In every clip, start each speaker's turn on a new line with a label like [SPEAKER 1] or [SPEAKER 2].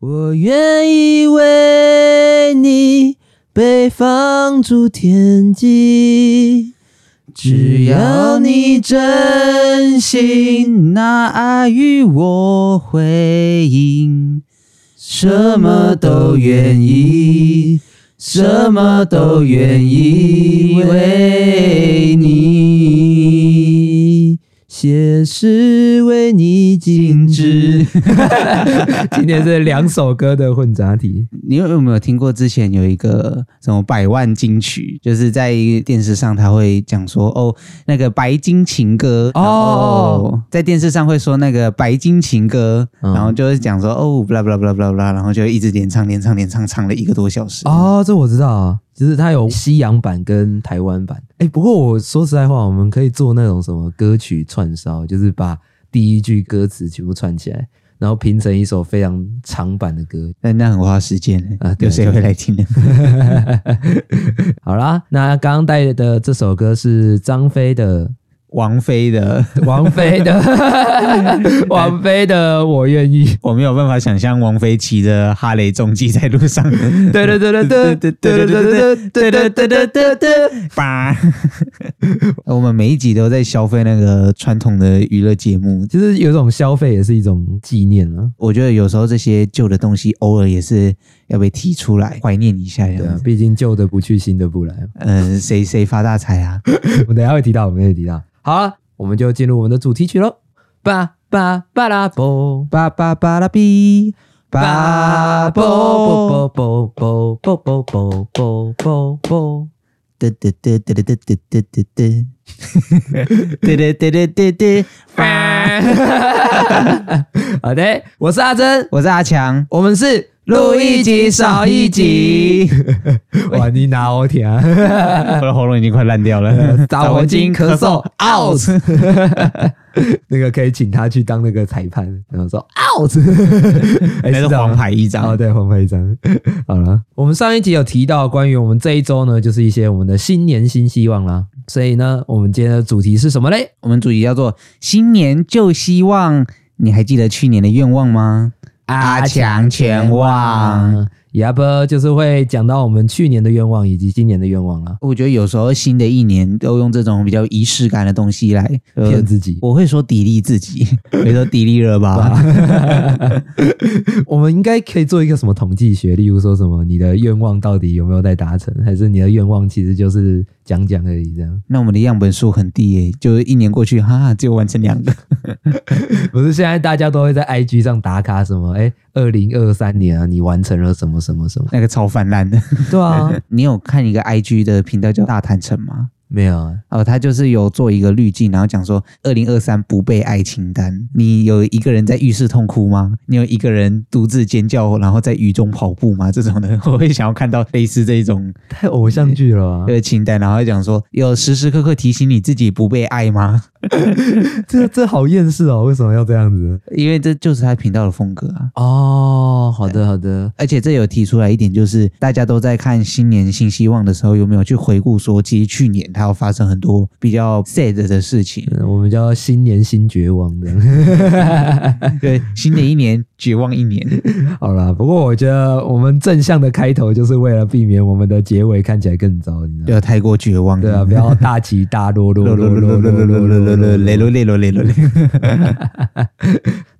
[SPEAKER 1] 我愿意为你被放逐天际，只要你真心，那爱与我回应，什么都愿意，什么都愿意为你。写诗为你静止。
[SPEAKER 2] 今天是两首歌的混杂体，
[SPEAKER 3] 你有没有听过之前有一个什么百万金曲，就是在电视上他会讲说哦，那个白金情歌
[SPEAKER 2] 哦
[SPEAKER 3] 哦，在电视上会说那个白金情歌，
[SPEAKER 2] 嗯
[SPEAKER 3] 然后就是讲说哦，blah blah blah blah blah，然后就一直连唱连唱连唱，唱了一个多小时。
[SPEAKER 2] 哦，这我知道啊，就是它有西洋版跟台湾版。哎、不过我说实在话，我们可以做那种什么歌曲串烧，就是把第一句歌词全部串起来，然后拼成一首非常长版的歌。
[SPEAKER 3] 但哎那很花时间
[SPEAKER 2] 啊对
[SPEAKER 3] 有谁会来听呢？
[SPEAKER 2] 好啦，那刚刚带的这首歌是张飞的。
[SPEAKER 3] 王菲 的，
[SPEAKER 2] 王菲的，王菲的，我愿意。
[SPEAKER 3] 我没有办法想象王菲骑着哈雷重机在路上，
[SPEAKER 2] 对对对对对对对对对对对对对对对。
[SPEAKER 3] 吧。 我们每一集都在消费那个传统的娱乐节目，
[SPEAKER 2] 其实有一种消费也是一种纪念啊，
[SPEAKER 3] 我觉得有时候这些旧的东西，偶尔也是要被提出来怀念一下这
[SPEAKER 2] 对
[SPEAKER 3] 样
[SPEAKER 2] 啊，
[SPEAKER 3] 子。
[SPEAKER 2] 毕竟旧的不去，新的不来。
[SPEAKER 3] 嗯、谁谁发大财啊？
[SPEAKER 2] 我 们等一下会提到，我们会提到。好了，我们就进入我们的主题曲喽。巴巴巴拉波，
[SPEAKER 3] 巴巴巴拉比，
[SPEAKER 2] 巴
[SPEAKER 3] 巴
[SPEAKER 2] 波
[SPEAKER 3] 波
[SPEAKER 2] 波波波波波波波波波。
[SPEAKER 3] 嘚嘚嘚嘚嘚 嘚嘚嘚嘚，嘚嘚嘚嘚嘚嘚。
[SPEAKER 2] 好的，我是阿珍，
[SPEAKER 3] 我是阿强，
[SPEAKER 2] 我们是
[SPEAKER 3] 录一集少一集。
[SPEAKER 2] 哇，你哪好听 啊？
[SPEAKER 3] 我的喉咙已经快烂掉 了
[SPEAKER 2] 打火机咳嗽 out，那个可以请他去当那个裁判，然后说 out，哎
[SPEAKER 3] 那是
[SPEAKER 2] 这样吗
[SPEAKER 3] 黄牌一
[SPEAKER 2] 哦，
[SPEAKER 3] 张。
[SPEAKER 2] 对，黄牌一张。 好了，我们上一集有提到关于我们这一周呢，就是一些我们的新年新希望啦。所以呢，我们今天的主题是什么嘞？
[SPEAKER 3] 我们主题叫做“新年旧希望”，你还记得去年的愿望吗？阿强全忘。
[SPEAKER 2] 呀不，就是会讲到我们去年的愿望以及今年的愿望啊啦，
[SPEAKER 3] 我觉得有时候新的一年都用这种比较仪式感的东西来呃
[SPEAKER 2] 骗自己。
[SPEAKER 3] 我会说砥砺自己，会说砥砺了吧？
[SPEAKER 2] 我们应该可以做一个什么统计学，例如说什么你的愿望到底有没有在达成，还是你的愿望其实就是讲讲而已，这样
[SPEAKER 3] 那我们的样本数很低耶、就是一年过去，哈哈，只有完成两个。
[SPEAKER 2] 不是现在大家都会在 IG 上打卡什么？哎，二零二三年啊，你完成了什么什么什么？
[SPEAKER 3] 那个超泛滥的。
[SPEAKER 2] 对啊，
[SPEAKER 3] 你有看一个 IG 的频道叫大坦诚吗？
[SPEAKER 2] 没有啊，
[SPEAKER 3] 哦，他就是有做一个滤镜，然后讲说二零二三不被爱清单。你有一个人在浴室痛哭吗？你有一个人独自尖叫，然后在雨中跑步吗？这种的，我 会想要看到类似这种
[SPEAKER 2] 太偶像剧了吧？
[SPEAKER 3] 这个清单，然后讲说有时时刻刻提醒你自己不被爱吗？
[SPEAKER 2] 这这好厌世哦，为什么要这样子？
[SPEAKER 3] 因为这就是他频道的风格啊。
[SPEAKER 2] 哦，好的好的，。
[SPEAKER 3] 而且这有提出来一点，就是大家都在看新年新希望的时候，有没有去回顾说，其实去年它有发生很多比较 sad 的事情
[SPEAKER 2] 嗯我们叫新年新绝望这样。
[SPEAKER 3] 对，新的一年绝望一年，
[SPEAKER 2] 好啦，不过我觉得我们正向的开头就是为了避免我们的结尾看起来更糟，你知道吗？
[SPEAKER 3] 要太过绝望。
[SPEAKER 2] 对啊，不要大起大落落
[SPEAKER 3] 啰
[SPEAKER 2] 落
[SPEAKER 3] 啰
[SPEAKER 2] 落
[SPEAKER 3] 啰啰
[SPEAKER 2] 落
[SPEAKER 3] 啰
[SPEAKER 2] 落落
[SPEAKER 3] 啰啰啰啰
[SPEAKER 2] 落
[SPEAKER 3] 嘞
[SPEAKER 2] 落。
[SPEAKER 3] 啰嘞啰嘞啰嘞。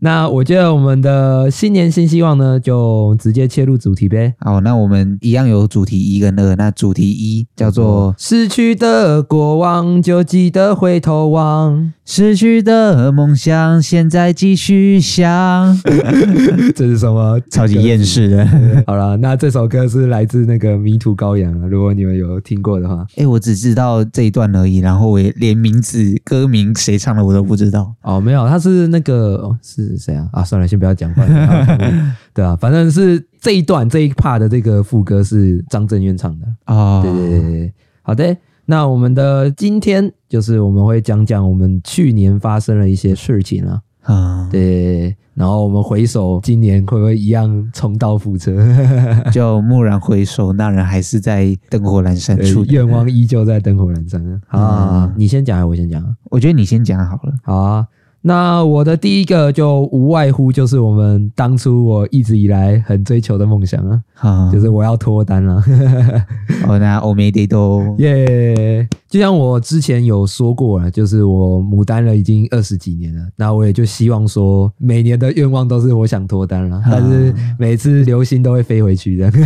[SPEAKER 2] 那我觉得我们的新年新希望呢，就直接切入主题呗。
[SPEAKER 3] 好，那我们一样有主题一跟二。那主题一叫做
[SPEAKER 2] 失去的过往，就记得回头望。
[SPEAKER 3] 失去的梦想，现在继续想。
[SPEAKER 2] 这是什么？
[SPEAKER 3] 超级厌世 的。
[SPEAKER 2] 好了，那这首歌是来自那个迷途羔羊啊，如果你们有听过的话。
[SPEAKER 3] 哎，我只知道这一段而已，然后我也连名字、歌名谁唱的我都不知道。
[SPEAKER 2] 哦，没有，他是那个、哦、是谁啊？啊，算了，先不要讲 话。对啊，反正是这一段这一 part 的这个副歌是张震岳唱的。
[SPEAKER 3] 哦
[SPEAKER 2] 对对对对对，好的。那我们的今天就是我们会讲讲我们去年发生了一些事情啊，
[SPEAKER 3] 啊，
[SPEAKER 2] 对对，对然后我们回首今年会不会一样重蹈覆辙？
[SPEAKER 3] 就蓦然回首，那人还是在灯火阑珊处
[SPEAKER 2] 对。愿望依旧在灯火阑珊啊！
[SPEAKER 3] 嗯
[SPEAKER 2] 你先讲还是我先讲啊？
[SPEAKER 3] 我觉得你先讲好了。
[SPEAKER 2] 好啊，那我的第一个就无外乎就是我们当初我一直以来很追求的梦想啊，
[SPEAKER 3] 好，
[SPEAKER 2] 就是我要脱单啊。
[SPEAKER 3] 哦，那欧美得 都
[SPEAKER 2] 耶就像我之前有说过了，就是我牡丹了已经二十几年了，那我也就希望说每年的愿望都是我想脱单了，但是每次流星都会飞回去的。
[SPEAKER 3] 的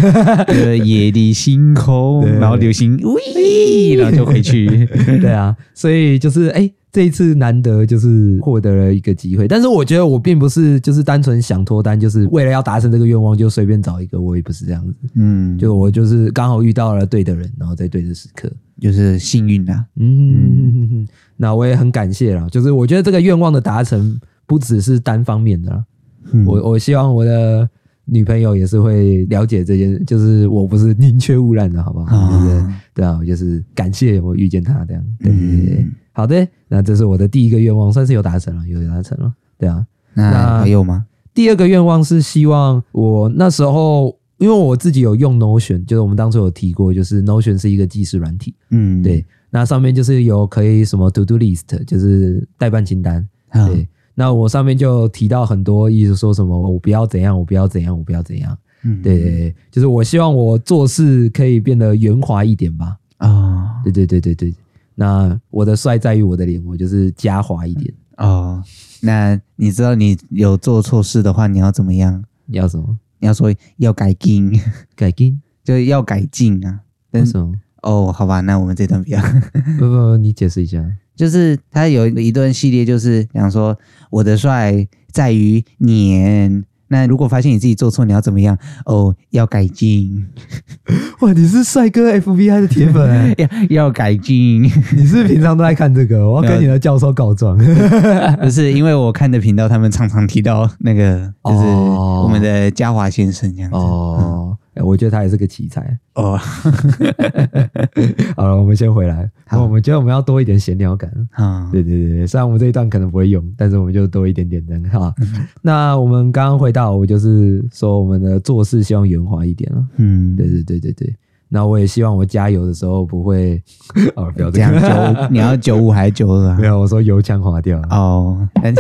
[SPEAKER 3] 呃夜的星空，
[SPEAKER 2] 对
[SPEAKER 3] 然后流星，喂，然后就回去。
[SPEAKER 2] 对啊，所以就是哎、这一次难得就是获得了一个机会，但是我觉得我并不是就是单纯想脱单，就是为了要达成这个愿望就随便找一个，我也不是这样子，
[SPEAKER 3] 嗯，就
[SPEAKER 2] 就我就是刚好遇到了对的人，然后在对的时刻。
[SPEAKER 3] 就是幸运啊。
[SPEAKER 2] 嗯，那我也很感谢啦，就是我觉得这个愿望的达成不只是单方面的啦，
[SPEAKER 3] 嗯
[SPEAKER 2] 我我希望我的女朋友也是会了解这件，就是我不是宁缺毋滥的，好不好？就是
[SPEAKER 3] 啊，
[SPEAKER 2] 对啊，我就是感谢我遇见她这样。对对对，
[SPEAKER 3] 嗯
[SPEAKER 2] 好的，那这是我的第一个愿望，算是有达成了，有达成了。对啊，那
[SPEAKER 3] 那还有吗？
[SPEAKER 2] 第二个愿望是希望我那时候，因为我自己有用 Notion，就是我们当初有提过，就是 Notion 是一个记事软体，
[SPEAKER 3] 嗯，
[SPEAKER 2] 对，那上面就是有可以什么 To Do List，就是代办清单，
[SPEAKER 3] 啊，
[SPEAKER 2] 对。那我上面就提到很多，意思说什么我不要怎样，我不要怎样，我不要怎样。
[SPEAKER 3] 嗯
[SPEAKER 2] 对对对，就是我希望我做事可以变得圆滑一点吧。
[SPEAKER 3] 啊
[SPEAKER 2] 对对对对对。那我的帅在于我的脸，我就是加滑一点。
[SPEAKER 3] 哦，那你知道你有做错事的话，你要怎么样？
[SPEAKER 2] 你要什么？
[SPEAKER 3] 你要说要改进，
[SPEAKER 2] 改进？
[SPEAKER 3] 就是要改进啊。
[SPEAKER 2] 为
[SPEAKER 3] 但
[SPEAKER 2] 什么？
[SPEAKER 3] 哦，好吧，那我们这段不要。
[SPEAKER 2] 不不不，你解释一下。
[SPEAKER 3] 就是他有一段系列，就是讲说我的帅在于年。那如果发现你自己做错，你要怎么样？哦，要改进，
[SPEAKER 2] 哇，你是帅哥 FBI 的铁粉、欸
[SPEAKER 3] 要要改 进。
[SPEAKER 2] 你是平常都在看这个？我
[SPEAKER 3] 要跟你
[SPEAKER 2] 的教授告 状。
[SPEAKER 3] 啊不是因为我看的频道，他们常常提到那个，就是
[SPEAKER 2] 哦
[SPEAKER 3] 我们的嘉华先生这样子。
[SPEAKER 2] 哦，哎我觉得他也是个奇才。
[SPEAKER 3] 哦，
[SPEAKER 2] 好了，我们先回来。
[SPEAKER 3] 好
[SPEAKER 2] 我们觉得我们要多一点闲聊感。
[SPEAKER 3] 啊，
[SPEAKER 2] 对对对对，虽然我们这一段可能不会用，但是我们就多一点点灯哈。那我们刚刚回到，我就是说我们的做事希望圆滑一点了。
[SPEAKER 3] 嗯，
[SPEAKER 2] 对对对对对。那我也希望我加油的时候不会， 哦，不要
[SPEAKER 3] 这
[SPEAKER 2] 这
[SPEAKER 3] 样
[SPEAKER 2] 样，
[SPEAKER 3] 九，你要九五还是九二 啊
[SPEAKER 2] 没？有，我说油腔滑调 啊，
[SPEAKER 3] 哦，但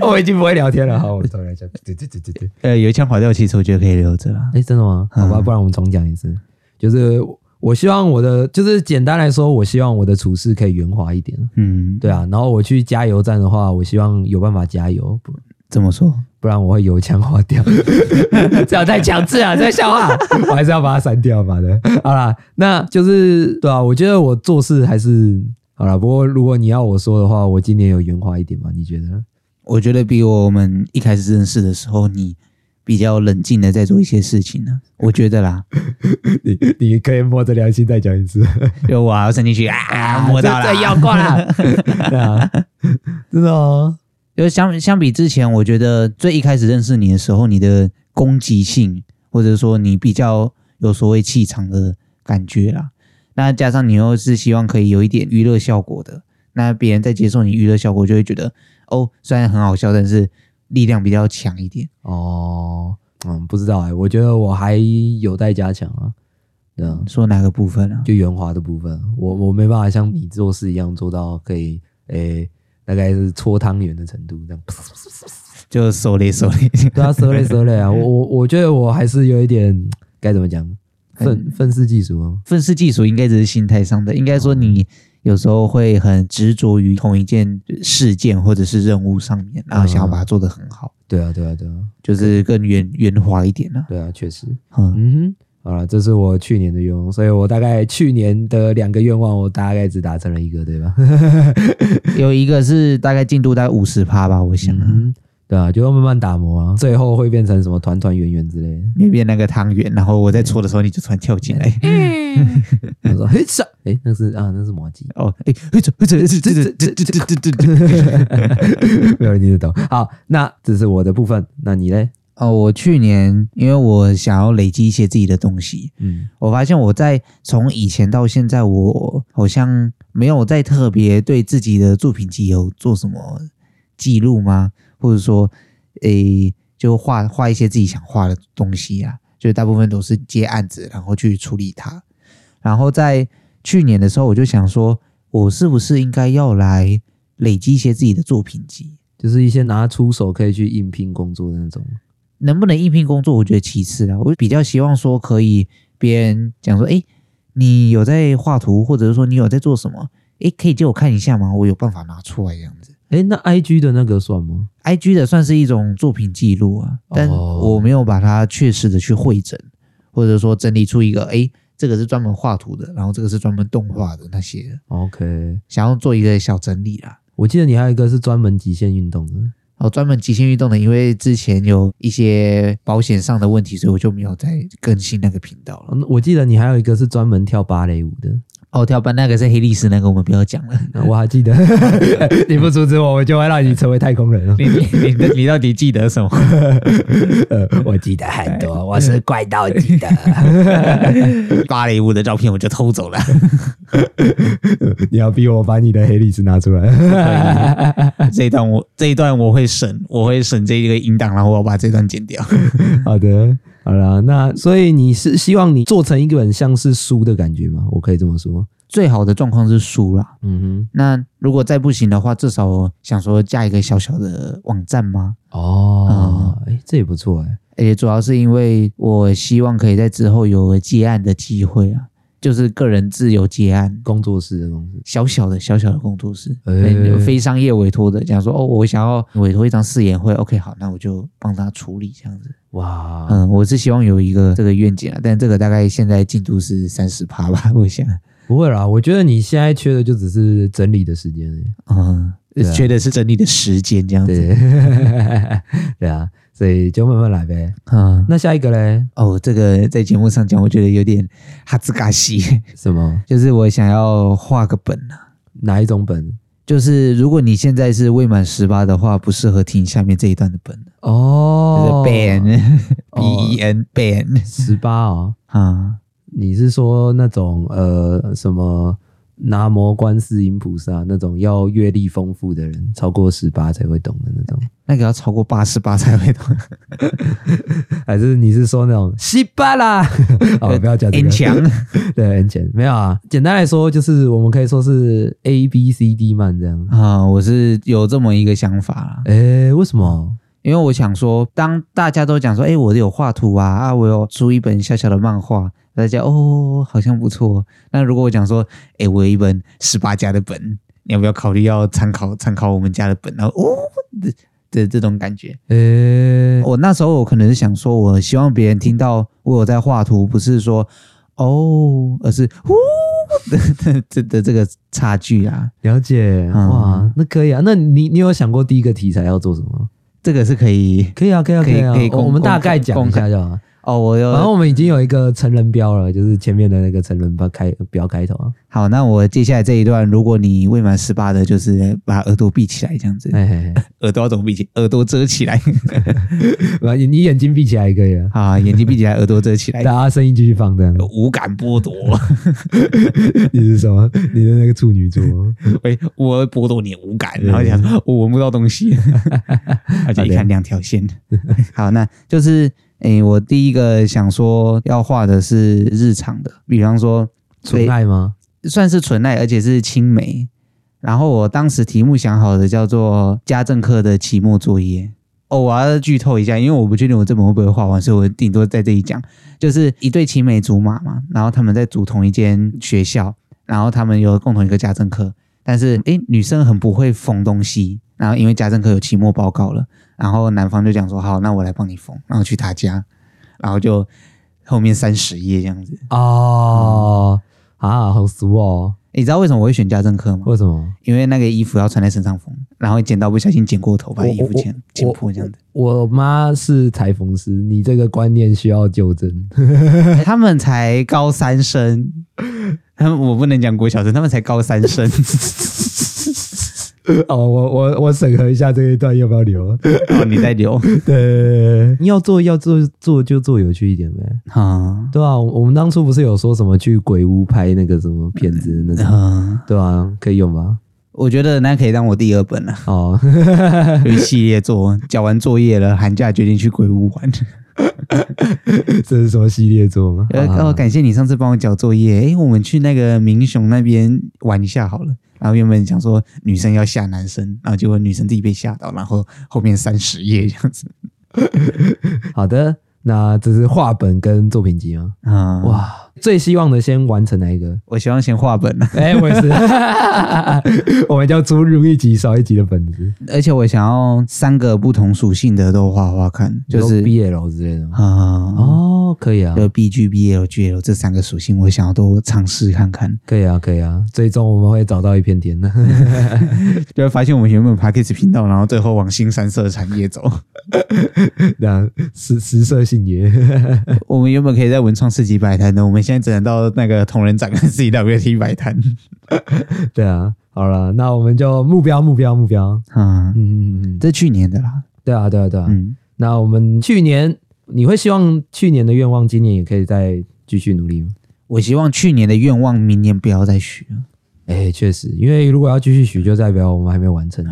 [SPEAKER 2] 哦我已经不会聊天了。好，我重来一下。对对对对对。
[SPEAKER 3] 呃，有一腔滑调，其实我觉得可以留着啦。
[SPEAKER 2] 哎，真的吗？好吧，不然我们重讲一次。就是我希望我的，就是简单来说，我希望我的处事可以圆滑一点。
[SPEAKER 3] 嗯，
[SPEAKER 2] 对啊，然后我去加油站的话，我希望有办法加油，不
[SPEAKER 3] 怎么说？
[SPEAKER 2] 不然我会油腔滑调。 这样太强制啊，这个笑话， 我还是要把它删掉嘛的。好啦，那就是对啊，我觉得我做事还是好啦。不过如果你要我说的话，我今年有圆滑一点嘛？你觉得？
[SPEAKER 3] 我觉得比我们一开始认识的时候，你比较冷静的在做一些事情呢。我觉得 啦，
[SPEAKER 2] 你你可以摸着良心再讲一次。
[SPEAKER 3] 就我还要伸进去啊，摸到了，
[SPEAKER 2] 要过了。 对啊，真的哦。
[SPEAKER 3] 就相相比之前，我觉得最一开始认识你的时候，你的攻击性，或者说你比较有所谓气场的感觉啦。那加上你又是希望可以有一点娱乐效果的，那别人在接受你娱乐效果，就会觉得哦，虽然很好笑，但是力量比较强一点。
[SPEAKER 2] 哦，嗯，不知道哎、我觉得我还有待加强啊。对啊，
[SPEAKER 3] 说哪个部分啊？
[SPEAKER 2] 就圆滑的部分，我我没办法像你做事一样做到可以，诶、大概是搓汤圆的程度这样。
[SPEAKER 3] 就手累手累，
[SPEAKER 2] 对啊，蛇 类蛇类啊，我我我觉得我还是有一点该怎么讲，愤愤世嫉俗哦。
[SPEAKER 3] 愤世嫉俗应该只是心态上的，应该说你有时候会很执着于同一件事件或者是任务上面，然后想要把它做得很好。
[SPEAKER 2] 对啊，对啊，对啊，
[SPEAKER 3] 就是更圆圆滑一点啦、
[SPEAKER 2] 对啊，确实。嗯
[SPEAKER 3] 嗯，
[SPEAKER 2] 哼，好了，这是我去年的愿望，所以我大概去年的两个愿望，我大概只达成了一个，对吧？
[SPEAKER 3] 有一个是大概进度大概五十趴吧，我想、啊，
[SPEAKER 2] 嗯，对啊，就要慢慢打磨啊，最后会变成什么团团圆圆之类的。
[SPEAKER 3] 那边那个汤圆，然后我在搓的时候你就突然跳进来，
[SPEAKER 2] 他说：“嘿，上，哎，那是啊，那是摩羯。”
[SPEAKER 3] 哦，哎、会走会走这这这这这这这这，
[SPEAKER 2] 没有人听得懂。好，那这是我的部分，那你嘞？
[SPEAKER 3] 哦，我去年因为我想要累积一些自己的东西，
[SPEAKER 2] 嗯，
[SPEAKER 3] 我发现我在从以前到现在，我好像没有在特别对自己的作品集有做什么记录吗？或者说，诶、就画画一些自己想画的东西啊，就是大部分都是接案子，然后去处理它。然后在去年的时候，我就想说，我是不是应该要来累积一些自己的作品集。
[SPEAKER 2] 就是一些拿出手可以去应聘工作的那种。
[SPEAKER 3] 能不能应聘工作，我觉得其次啦。我比较希望说可以别人讲说，哎、你有在画图，或者是说你有在做什么？哎、可以借我看一下吗？我有办法拿出来这样子。
[SPEAKER 2] 哎、那 I G 的那个算吗？
[SPEAKER 3] I G 的算是一种作品记录啊，但
[SPEAKER 2] 哦
[SPEAKER 3] 我没有把它确实的去会诊，或者说整理出一个，哎、这个是专门画图的，然后这个是专门动画的那些，
[SPEAKER 2] OK，
[SPEAKER 3] 想要做一个小整理啦。
[SPEAKER 2] 我记得你还有一个是专门极限运动的。
[SPEAKER 3] 哦，专门极限运动的，因为之前有一些保险上的问题，所以我就没有再更新那个频道了。
[SPEAKER 2] 嗯我记得你还有一个是专门跳芭蕾舞的，
[SPEAKER 3] 哦，跳班那个是黑历史，那个我们不要讲了。
[SPEAKER 2] 那我还记得。 你不阻止我，我就会让你成为太空人了。
[SPEAKER 3] 你你你你到底记得什么？
[SPEAKER 2] 我记得很多，我是怪盗记得。
[SPEAKER 3] 芭蕾舞的照片我就偷走了，
[SPEAKER 2] 你要逼我把你的黑历史拿出 来。
[SPEAKER 3] 这一段我这一段我会审，我会审这一个音档，然后我要把这段剪掉。
[SPEAKER 2] 好的，好啦，那所以你是希望你做成一个很像是书的感觉吗？我可以这么说。
[SPEAKER 3] 最好的状况是书啦，
[SPEAKER 2] 嗯
[SPEAKER 3] 那如果再不行的话，至少我想说加一个小小的网站吗？
[SPEAKER 2] 哼，哦，哎、这也不错哎、
[SPEAKER 3] 而且主要是因为我希望可以在之后有接案的机会啊，就是个人自由接案，
[SPEAKER 2] 工作室的东西。
[SPEAKER 3] 小小的小小的工作室，
[SPEAKER 2] 哎
[SPEAKER 3] 有非商业委托的，讲说哦，我想要委托一张试演会，OK，好，那我就帮他处理这样子。
[SPEAKER 2] 哇，
[SPEAKER 3] 嗯，我是希望有一个这个愿景啊，但这个大概现在进度是三十趴吧，我想，
[SPEAKER 2] 不会啦，我觉得你现在缺的就只是整理的时间而已。
[SPEAKER 3] 嗯，
[SPEAKER 2] 对啊
[SPEAKER 3] 缺的是整理的时间这样子。
[SPEAKER 2] 对，对 啊，所以就慢慢来呗。
[SPEAKER 3] 嗯，
[SPEAKER 2] 那下一个嘞？
[SPEAKER 3] 哦，这个在节目上讲，我觉得有点哈兹嘎西，
[SPEAKER 2] 什么？
[SPEAKER 3] 就是我想要画个本啊。
[SPEAKER 2] 哪一种本？
[SPEAKER 3] 就是如果你现在是未满十八的话，不适合听下面这一段的本，啊
[SPEAKER 2] 哦
[SPEAKER 3] 就是 ban b
[SPEAKER 2] 哦
[SPEAKER 3] e n ban
[SPEAKER 2] 十八哦。
[SPEAKER 3] 啊，
[SPEAKER 2] 你是说那种呃什么南无观世音菩萨那种要阅历丰富的人，超过十八才会懂的那 种，
[SPEAKER 3] 那个要超过八十八才会懂。
[SPEAKER 2] 还是你是说那种西巴啦？ 哦，不要讲这
[SPEAKER 3] N
[SPEAKER 2] 个。
[SPEAKER 3] 强，
[SPEAKER 2] 对，N 前没有啊。简单来说，就是我们可以说是 A B C D 慢这样。
[SPEAKER 3] 啊，我是有这么一个想法啦，
[SPEAKER 2] 诶，为什么？
[SPEAKER 3] 因为我想说，当大家都讲说，哎、我有画图啊，啊，我有出一本小小的漫画，大家哦，好像不错。那如果我讲说，哎、我有一本十八家的本，你要不要考虑要参考参考我们家的本？然后哦，这这这种感觉。
[SPEAKER 2] 诶，
[SPEAKER 3] 我那时候我可能是想说，我希望别人听到我有在画图，不是说哦，而是呼 的的的这个差距啊，
[SPEAKER 2] 了解
[SPEAKER 3] 嗯
[SPEAKER 2] 哇，那可以啊。那你你有想过第一个题材要做什么？
[SPEAKER 3] 这个是可以
[SPEAKER 2] 可以啊，可以啊，
[SPEAKER 3] 可以
[SPEAKER 2] 以啊。
[SPEAKER 3] 可以
[SPEAKER 2] 我
[SPEAKER 3] 公
[SPEAKER 2] 我们大概讲一下就好啊。
[SPEAKER 3] 哦，我有
[SPEAKER 2] 反正我们已经有一个成人标了，就是前面的那个成人标开标开头啊。
[SPEAKER 3] 好，那我接下来这一段，如果你未满十八的，就是把耳朵闭起来，这样子，
[SPEAKER 2] 哎嘿嘿，
[SPEAKER 3] 耳朵要怎么闭起？耳朵遮 起来
[SPEAKER 2] 把你你眼睛闭起来也可以啊。
[SPEAKER 3] 啊，眼睛闭起来，耳朵遮起来
[SPEAKER 2] 大， 家声音继续放这样。
[SPEAKER 3] 无感剥 夺，
[SPEAKER 2] 你是什么？你的那个处女座？
[SPEAKER 3] 喂，我会剥夺你的无感，然后想说我闻不到东 西，而且一看两条线。好，那就是诶、我第一个想说要画的是日常的，比方说
[SPEAKER 2] 纯爱吗？
[SPEAKER 3] 算是纯爱，而且是青梅。然后我当时题目想好的叫做家政课的期末作业。哦，我要剧透一下，因为我不确定我这本会不会画完，所以我顶多在这里讲，就是一对青梅竹马嘛，然后他们在组同一间学校，然后他们有共同一个家政课，但是诶，女生很不会缝东西，然后因为家政课有期末报告了，然后男方就讲说好，那我来帮你缝，然后去他家，然后就后面三十页这样子。
[SPEAKER 2] 哦，啊，好俗哦。
[SPEAKER 3] 诶你知道为什么我会选家政课吗？
[SPEAKER 2] 为什么？
[SPEAKER 3] 因为那个衣服要穿在身上缝，然后剪刀不小心剪过头，把衣服剪剪破这样子。
[SPEAKER 2] 我 妈是裁缝师，你这个观念需要纠正。
[SPEAKER 3] 他们才高三生，他们我不能讲国小生，他们才高三生。
[SPEAKER 2] 哦，我我我审核一下这一段要不要留。啊
[SPEAKER 3] 哦，你在 留
[SPEAKER 2] 对，要做要做做就做有趣一点呗。
[SPEAKER 3] 啊
[SPEAKER 2] 对啊，我我们当初不是有说什么去鬼屋拍那个什么片子那种？
[SPEAKER 3] 啊！
[SPEAKER 2] 对啊，可以用吧？
[SPEAKER 3] 我觉得那可以当我第二 本了，
[SPEAKER 2] 哦，
[SPEAKER 3] 有一系列做，交完作业了，寒假决定去鬼屋 玩。
[SPEAKER 2] 这是什么系列作吗？
[SPEAKER 3] 呃，
[SPEAKER 2] 啊
[SPEAKER 3] 哦，感谢你上次帮我交作业，诶，我们去那个明雄那边玩一下好了。然后原本想说女生要吓男生，然后结果女生自己被吓到，然后后面三十页这样子
[SPEAKER 2] 好的，那这是画本跟作品集吗？
[SPEAKER 3] 啊、哇！
[SPEAKER 2] 哇，最希望的先完成哪一个？
[SPEAKER 3] 我希望先画本啊，
[SPEAKER 2] 哎、我也是， 我们叫出入一集少一集的本子，
[SPEAKER 3] 而且我想要三个不同属性的都画画看，就
[SPEAKER 2] 比
[SPEAKER 3] 是
[SPEAKER 2] 如说 BL 之类的吗？
[SPEAKER 3] 啊、
[SPEAKER 2] 哦，可以啊，
[SPEAKER 3] 就 B G B L G L 这三个属性，我想要都尝试看看，
[SPEAKER 2] 可以啊，可以啊，最终我们会找到一片天的。
[SPEAKER 3] 就会发现我们原本 p a c k a g e 频道，然后最后往新三色产业走。
[SPEAKER 2] 那啊食食色性也，
[SPEAKER 3] 我们原本可以在文创市集摆摊的，我们现在只能到那个同人展跟 C W T 摆摊
[SPEAKER 2] 对啊，好了，那我们就目标目标目标，
[SPEAKER 3] 啊。
[SPEAKER 2] 嗯嗯嗯，
[SPEAKER 3] 这去年的啦，
[SPEAKER 2] 对啊对啊对啊。
[SPEAKER 3] 嗯，
[SPEAKER 2] 那我们去年你会希望去年的愿望，今年也可以再继续努力吗？
[SPEAKER 3] 我希望去年的愿望明年不要再许了
[SPEAKER 2] 哎、确实，因为如果要继续许，就代表我们还没有完成的，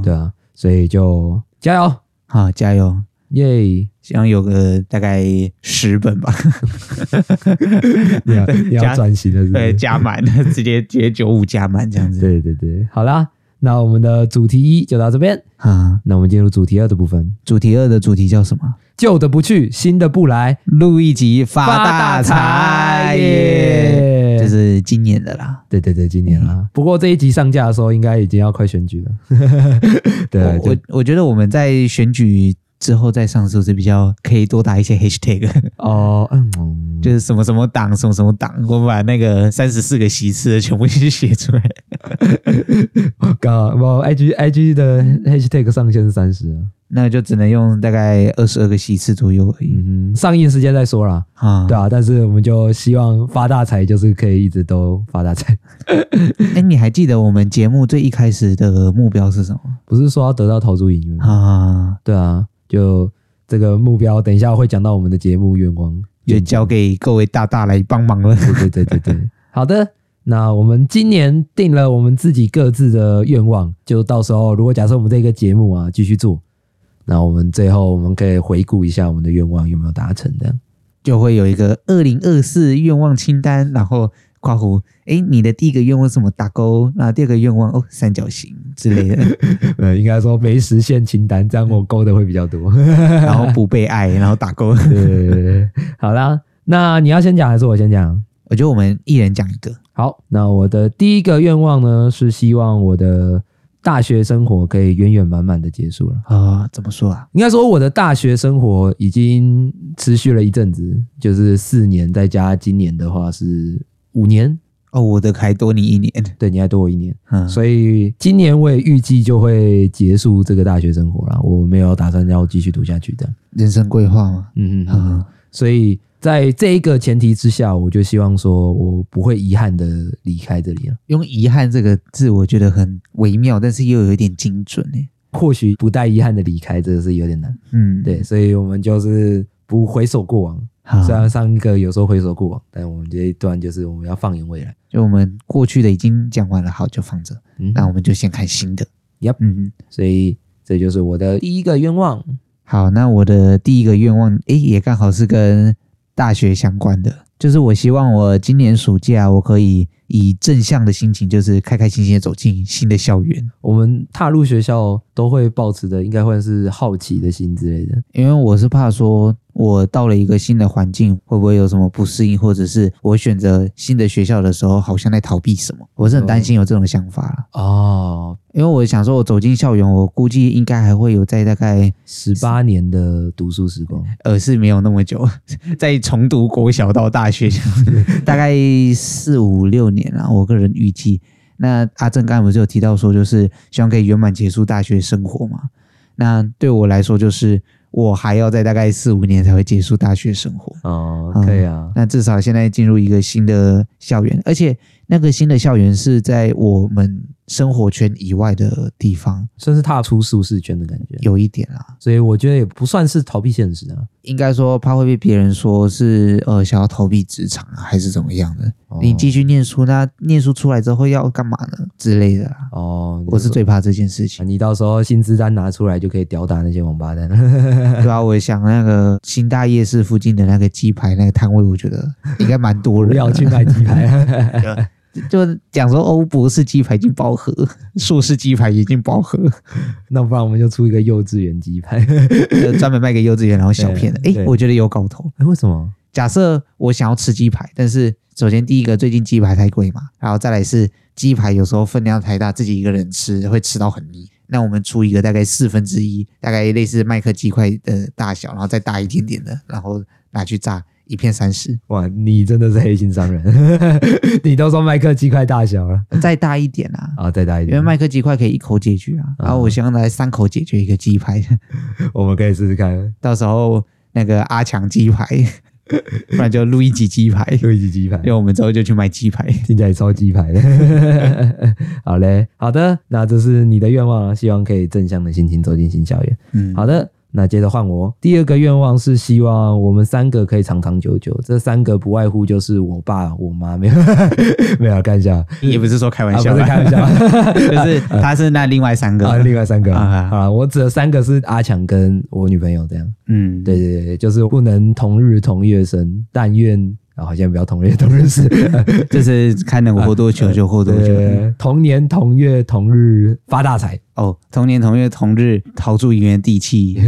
[SPEAKER 2] 对啊，所以就加油，
[SPEAKER 3] 好，加油！
[SPEAKER 2] 耶、
[SPEAKER 3] 希望有个大概十本吧，
[SPEAKER 2] 你要 你要
[SPEAKER 3] 加
[SPEAKER 2] 转型了是不
[SPEAKER 3] 对，
[SPEAKER 2] 是，
[SPEAKER 3] 呃加满， 直接直接九五加满这样子。
[SPEAKER 2] 对对对，好啦，那我们的主题一就到这边，
[SPEAKER 3] 啊，
[SPEAKER 2] 那我们进入主题二的部分，
[SPEAKER 3] 主题二的主题叫什么？
[SPEAKER 2] 旧的不去，新的不来，
[SPEAKER 3] 录一集发大财耶！
[SPEAKER 2] 耶
[SPEAKER 3] 这是今年的啦。
[SPEAKER 2] 对对对，今年啊啦。 不过这一集上架的时候，应该已经要快选举了。 对，啊
[SPEAKER 3] 我
[SPEAKER 2] 就
[SPEAKER 3] 我我觉得我们在选举之后再上诉是比较可以多打一些 hashtag，
[SPEAKER 2] 哦，嗯嗯，
[SPEAKER 3] 就是什么什么党什么什么党，我们把那个三十四个席次的全部去写出来。
[SPEAKER 2] 刚我 IG IG 的 hashtag 上限是三十， 啊
[SPEAKER 3] 那就只能用大概二十二个席次左右而已
[SPEAKER 2] 嗯哼，上映时间再说啦。
[SPEAKER 3] 啊。
[SPEAKER 2] 对啊，但是我们就希望发大财，就是可以一直都发大财。
[SPEAKER 3] 哎、你还记得我们节目最一开始的目标是什么吗
[SPEAKER 2] 不是说要得到投注营吗？
[SPEAKER 3] 啊？
[SPEAKER 2] 对啊，就这个目标，等一下会讲到我们的节目愿望。
[SPEAKER 3] 就交给各位大大来帮忙了。
[SPEAKER 2] 对对对对，对， 好的。那我们今年定了我们自己各自的愿望，就到时候如果假设我们这个节目啊继续做，那我们最后我们可以回顾一下我们的愿望有没有达成这样。
[SPEAKER 3] 就会有一个二零二四愿望清单，然后括弧，哎，你的第一个愿望是什么？打勾，然后第二个愿望哦，三角形之类 的，
[SPEAKER 2] 呃，应该说没实现清单，这样我勾的会比较多。
[SPEAKER 3] 然后不被爱，然后打勾。
[SPEAKER 2] 对对对 对，好啦，那你要先讲还是我先讲？
[SPEAKER 3] 我觉得我们一人讲一个，
[SPEAKER 2] 好，那我的第一个愿望呢是希望我的大学生活可以圆圆满满的结束了。
[SPEAKER 3] 啊、怎么说啊？
[SPEAKER 2] 应该说，我的大学生活已经持续了一阵子，就是四年，再加今年的话是五年。
[SPEAKER 3] 哦，我的还多你一年，
[SPEAKER 2] 对，你还多我一年，
[SPEAKER 3] 嗯，
[SPEAKER 2] 所以今年我也预计就会结束这个大学生活啦。我没有打算要继续读下去的。
[SPEAKER 3] 人生规划嘛，
[SPEAKER 2] 嗯嗯嗯。
[SPEAKER 3] 啊、
[SPEAKER 2] 所以在这一个前提之下，我就希望说我不会遗憾的离开这里了。啊
[SPEAKER 3] 用遗憾这个字，我觉得很微妙，但是又有一点精准诶。
[SPEAKER 2] 或许不带遗憾的离开，这个是有点难。
[SPEAKER 3] 嗯，啊
[SPEAKER 2] 对，，所以我们就是不回首过往，
[SPEAKER 3] 好，
[SPEAKER 2] 虽然上一个有时候回首过往，但我们这一段就是我们要放眼未来。
[SPEAKER 3] 就我们过去的已经讲完了，好，就放着，
[SPEAKER 2] 嗯，
[SPEAKER 3] 那我们就先看新的。
[SPEAKER 2] Yep
[SPEAKER 3] 嗯。
[SPEAKER 2] 所以这就是我的第一个愿望。
[SPEAKER 3] 好，那我的第一个愿望，诶，也刚好是跟大学相关的，就是我希望我今年暑假我可以以正向的心情，就是开开心心的走进新的校园，
[SPEAKER 2] 我们踏入学校都会抱持的，应该会是好奇的心之类的。
[SPEAKER 3] 因为我是怕说我到了一个新的环境，会不会有什么不适应，或者是我选择新的学校的时候，好像在逃避什么，我是很担心有这种想法啦。
[SPEAKER 2] 哦，
[SPEAKER 3] 因为我想说，我走进校园，我估计应该还会有在大概
[SPEAKER 2] 十八年的读书时光，
[SPEAKER 3] 呃，是没有那么久， 在重读国小到大学，大概四五六年啦。我个人预计，那阿正刚才不是有提到说，就是希望可以圆满结束大学生活嘛？那对我来说，就是我还要在大概四五年才会结束大学生活。
[SPEAKER 2] 哦，
[SPEAKER 3] 嗯
[SPEAKER 2] 可以啊，
[SPEAKER 3] 那至少现在进入一个新的校园，而且那个新的校园是在我们生活圈以外的地方，
[SPEAKER 2] 算是踏出舒适圈的感觉。
[SPEAKER 3] 有一点啦。
[SPEAKER 2] 所以我觉得也不算是逃避现实啊。
[SPEAKER 3] 应该说怕会被别人说是呃想要逃避职场啊，还是怎么样的？
[SPEAKER 2] 哦
[SPEAKER 3] 你继续念书，那念书出来之后要干嘛呢之类的啦。
[SPEAKER 2] 哦，啊
[SPEAKER 3] 我是最怕这件事 情，
[SPEAKER 2] 你到时候薪资单拿出来就可以吊打那些王八蛋。
[SPEAKER 3] 对啊，我想那个新大夜市附近的那个鸡排那个摊位，我觉得应该蛮多
[SPEAKER 2] 不
[SPEAKER 3] 人的。
[SPEAKER 2] 要去卖鸡排。
[SPEAKER 3] 对就讲说欧博士鸡排已经饱和， 硕士鸡排已经 饱和，
[SPEAKER 2] 那不然我们就出一个幼稚园鸡排。
[SPEAKER 3] 就呃专门卖给幼稚园然后小片的。
[SPEAKER 2] 对
[SPEAKER 3] 哎、
[SPEAKER 2] 对
[SPEAKER 3] 我觉得有搞头。
[SPEAKER 2] 哎，为什么？
[SPEAKER 3] 假设我想要吃鸡排，但是首先第一个，最近鸡排太贵嘛，然后再来是鸡排有时候分量太大，自己一个人吃会吃到很腻。那我们出一个大概四分之一，大概类似麦克鸡块的大小，然后再大一点点的，然后拿去炸，一片 三十，
[SPEAKER 2] 哇，你真的是黑心商人！ 你都说麦克鸡块大小了
[SPEAKER 3] 再大一点啊。
[SPEAKER 2] 啊，再大一
[SPEAKER 3] 因为
[SPEAKER 2] 点，
[SPEAKER 3] 麦克鸡块可以一口解决啊，
[SPEAKER 2] 嗯
[SPEAKER 3] 然后我希望来三口解决一个鸡排，
[SPEAKER 2] 我们可以试试看
[SPEAKER 3] 到时候那个阿强鸡排， 不然就录一集 鸡排，
[SPEAKER 2] 六级鸡排
[SPEAKER 3] 因，为我们之后就去卖鸡排。
[SPEAKER 2] 听起来超鸡排 的。好嘞，好的，那这是你的愿望啊，希望可以正向的心情走进新校园。
[SPEAKER 3] 嗯，
[SPEAKER 2] 好的，那接着换我。第二个愿望是希望我们三个可以长长久久。这三个不外乎就是我爸、我妈，没有 没有看一下，
[SPEAKER 3] 也不是说开玩
[SPEAKER 2] 啊，
[SPEAKER 3] 笑
[SPEAKER 2] 不是
[SPEAKER 3] 啦，
[SPEAKER 2] 开玩笑。
[SPEAKER 3] 就是他是那另外三
[SPEAKER 2] 啊，
[SPEAKER 3] 个，
[SPEAKER 2] 另外三个
[SPEAKER 3] 啊
[SPEAKER 2] 啊，好啦我指的三个是阿强跟我女朋友这样。
[SPEAKER 3] 嗯，
[SPEAKER 2] 对对对，就是不能同日同月生，但愿啊，好像不要同月同日 死。
[SPEAKER 3] 就是看能活多久就活多
[SPEAKER 2] 啊对对
[SPEAKER 3] 久。
[SPEAKER 2] 对，同年同月同日发大财，
[SPEAKER 3] 哦，同年同月同日，逃出一园地 契。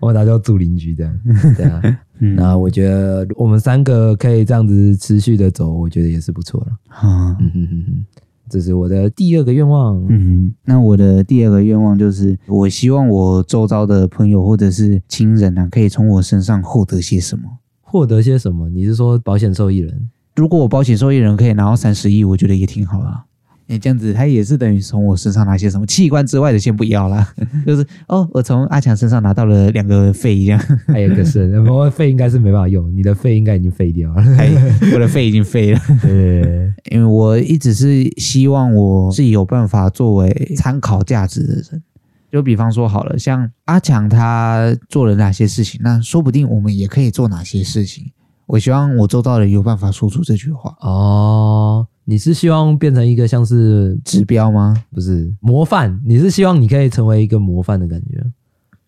[SPEAKER 2] 我打叫住邻居这 样，对啊。
[SPEAKER 3] 嗯
[SPEAKER 2] 那我觉得我们三个可以这样子持续的走，我觉得也是不错了。
[SPEAKER 3] 啊，
[SPEAKER 2] 嗯哼哼哼，这是我的第二个愿望。
[SPEAKER 3] 嗯，那我的第二个愿望就是，我希望我周遭的朋友或者是亲人啊，可以从我身上获得些什么。
[SPEAKER 2] 获得些什么？你是说保险受益 人？
[SPEAKER 3] 如果我保险受益人可以拿到三十亿，我觉得也挺好啦。你这样子，他也是等于从我身上拿些什么器官之外的先不要啦， 就是哦，我从阿强身上拿到了两个肺，这样，
[SPEAKER 2] 还有一个肾，不过肺应该是没办法用，你的肺应该已经废掉了。
[SPEAKER 3] 哎，我的肺已经废了。
[SPEAKER 2] 对对对
[SPEAKER 3] 因为我一直是希望我是有办法作为参考价值的人。就比方说好了，像阿强他做了哪些事情，那说不定我们也可以做哪些事情。我希望我做到了有办法说出这句话，
[SPEAKER 2] 哦，你是希望变成一个像是
[SPEAKER 3] 指标吗？
[SPEAKER 2] 不是模范？你是希望你可以成为一个模范的感觉？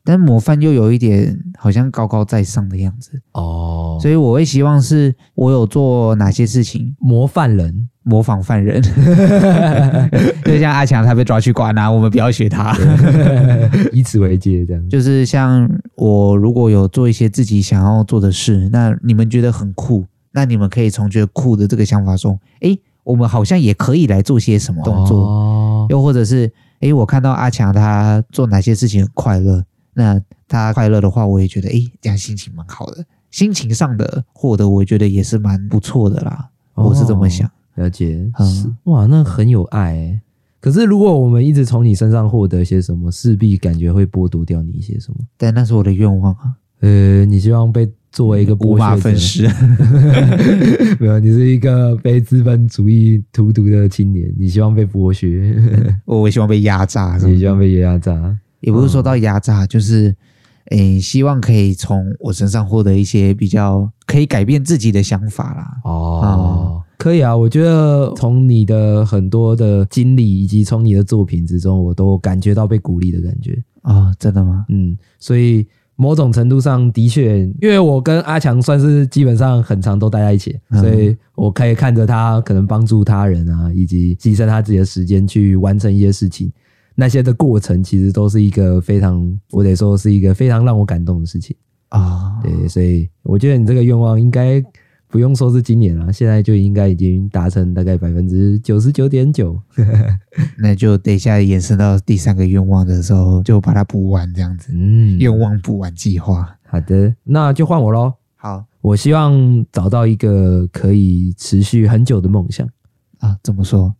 [SPEAKER 3] 但模范又有一点好像高高在上的样子，
[SPEAKER 2] 哦，
[SPEAKER 3] 所以我会希望是我有做哪些事情
[SPEAKER 2] 模范人，
[SPEAKER 3] 模仿犯人，就像阿强他被抓去关啊，我们不要学他。
[SPEAKER 2] 以此为戒，这样
[SPEAKER 3] 就是像我如果有做一些自己想要做的事，那你们觉得很酷，那你们可以从觉得酷的这个想法中，诶，我们好像也可以来做些什么动作，
[SPEAKER 2] 哦
[SPEAKER 3] 又或者是诶，我看到阿强他做哪些事情很快乐，那他快乐的话，我也觉得诶，这样心情蛮好的，心情上的获得，我觉得也是蛮不错的啦，
[SPEAKER 2] 哦
[SPEAKER 3] 我是这么想。
[SPEAKER 2] 了解，
[SPEAKER 3] 嗯
[SPEAKER 2] 是哇，那很有爱、欸。可是如果我们一直从你身上获得些什么，势必感觉会剥夺掉你一些什么。
[SPEAKER 3] 但那是我的愿望啊，
[SPEAKER 2] 呃，你希望被作为一个
[SPEAKER 3] 五
[SPEAKER 2] 剥
[SPEAKER 3] 马
[SPEAKER 2] 削
[SPEAKER 3] 分
[SPEAKER 2] 者，
[SPEAKER 3] 尸。
[SPEAKER 2] 没有，你是一个被资本主义荼毒的青年，你希望被剥削，
[SPEAKER 3] 我希望被压榨，是不
[SPEAKER 2] 你
[SPEAKER 3] 是
[SPEAKER 2] 希望被压榨。
[SPEAKER 3] 也不是说到压榨，就是，诶、希望可以从我身上获得一些比较可以改变自己的想法啦。
[SPEAKER 2] 哦，可以啊，我觉得从你的很多的经历以及从你的作品之中，我都感觉到被鼓励的感觉。
[SPEAKER 3] 啊、真的吗？
[SPEAKER 2] 嗯，所以某种程度上的确，因为我跟阿强算是基本上很常都待在一起，
[SPEAKER 3] 嗯
[SPEAKER 2] 所以我可以看着他可能帮助他人啊，以及牺牲他自己的时间去完成一些事情。那些的过程其实都是一个非常，我得说是一个非常让我感动的事情。
[SPEAKER 3] 啊、
[SPEAKER 2] 对，所以我觉得你这个愿望应该不用说是今年了，现在就应该已经达成大概百分之九十九点九。
[SPEAKER 3] 那就等一下延伸到第三个愿望的时候，就把它补完，这样子。
[SPEAKER 2] 嗯，
[SPEAKER 3] 愿望补完计划。
[SPEAKER 2] 好的，那就换我喽。
[SPEAKER 3] 好
[SPEAKER 2] 我希望找到一个可以持续很久的梦想，
[SPEAKER 3] 啊，怎么说？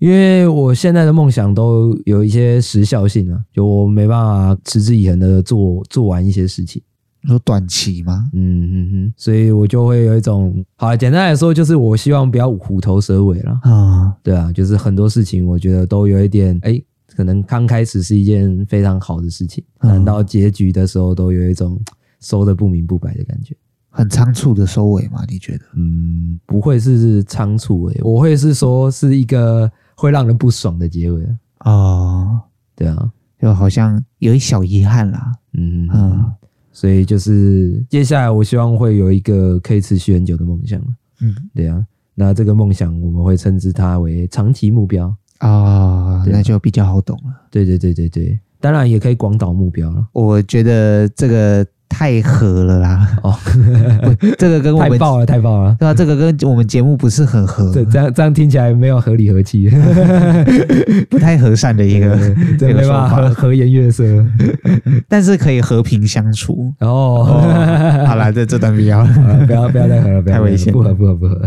[SPEAKER 2] 因为我现在的梦想都有一些时效性啊，就我没办法持之以恒的做做完一些事情。
[SPEAKER 3] 你说短期吗？
[SPEAKER 2] 嗯嗯嗯，所以我就会有一种，好了，简单来说就是我希望不要虎头蛇尾啦。
[SPEAKER 3] 啊、
[SPEAKER 2] 对啊，就是很多事情我觉得都有一点，哎，可能刚开始是一件非常好的事情，
[SPEAKER 3] 嗯
[SPEAKER 2] 但到结局的时候都有一种收的不明不白的感觉。
[SPEAKER 3] 很仓促的收尾吗？你觉得？
[SPEAKER 2] 嗯，不会是仓促诶，我会是说是一个会让人不爽的结尾啊。
[SPEAKER 3] 啊、
[SPEAKER 2] 对啊，
[SPEAKER 3] 就好像有一小遗憾啦。
[SPEAKER 2] 嗯，
[SPEAKER 3] 嗯
[SPEAKER 2] 所以就是接下来我希望会有一个可以持续很久的梦想啊。
[SPEAKER 3] 嗯
[SPEAKER 2] 对啊，那这个梦想，我们会称之它为长期目标。
[SPEAKER 3] 啊、
[SPEAKER 2] 对啊
[SPEAKER 3] 那就比较好懂了。
[SPEAKER 2] 对对对对对，当然也可以广岛目标了。
[SPEAKER 3] 我觉得这个太合了啦，
[SPEAKER 2] 哦，
[SPEAKER 3] 不 这个跟我
[SPEAKER 2] 太
[SPEAKER 3] 们
[SPEAKER 2] 爆了，太爆了！
[SPEAKER 3] 对啊，这个跟我们节目不是很合，
[SPEAKER 2] 这这样这样听起来没有合理合气，
[SPEAKER 3] 不太和善的一个
[SPEAKER 2] 这
[SPEAKER 3] 一个
[SPEAKER 2] 没
[SPEAKER 3] 说
[SPEAKER 2] 办法
[SPEAKER 3] 法，
[SPEAKER 2] 和颜悦色。
[SPEAKER 3] 但是可以和平相处。
[SPEAKER 2] 然后
[SPEAKER 3] 哦， 好啦，这这段不要 了
[SPEAKER 2] 好了不要不要再合了，不要
[SPEAKER 3] 太危险
[SPEAKER 2] 不合不合不合。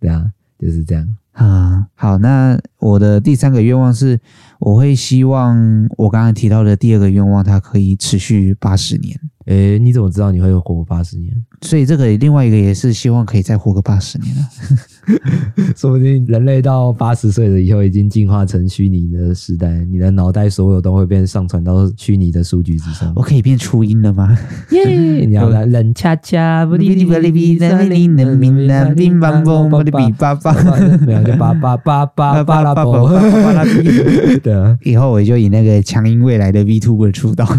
[SPEAKER 2] 对啊，就是这样。
[SPEAKER 3] 啊。好，那我的第三个愿望是，我会希望我刚刚提到的第二个愿望，它可以持续八十年。
[SPEAKER 2] 诶，你怎么知道你会活八十年？
[SPEAKER 3] 所以这个另外一个也是希望可以再活个八十年啊。
[SPEAKER 2] 说不定人类到八十岁了以后，已经进化成虚拟的时代，你的脑袋所有都会被上传到虚拟的数据之上
[SPEAKER 3] 我。可以变初音了吗？
[SPEAKER 2] 耶！你要来冷恰恰，不哩不哩不哩，三零零零零零八八八八
[SPEAKER 3] 巴巴
[SPEAKER 2] 没有就八八八八八拉伯。 对啊，
[SPEAKER 3] 以后我就以那个强音未来的 VTuber 出道。
[SPEAKER 2] 好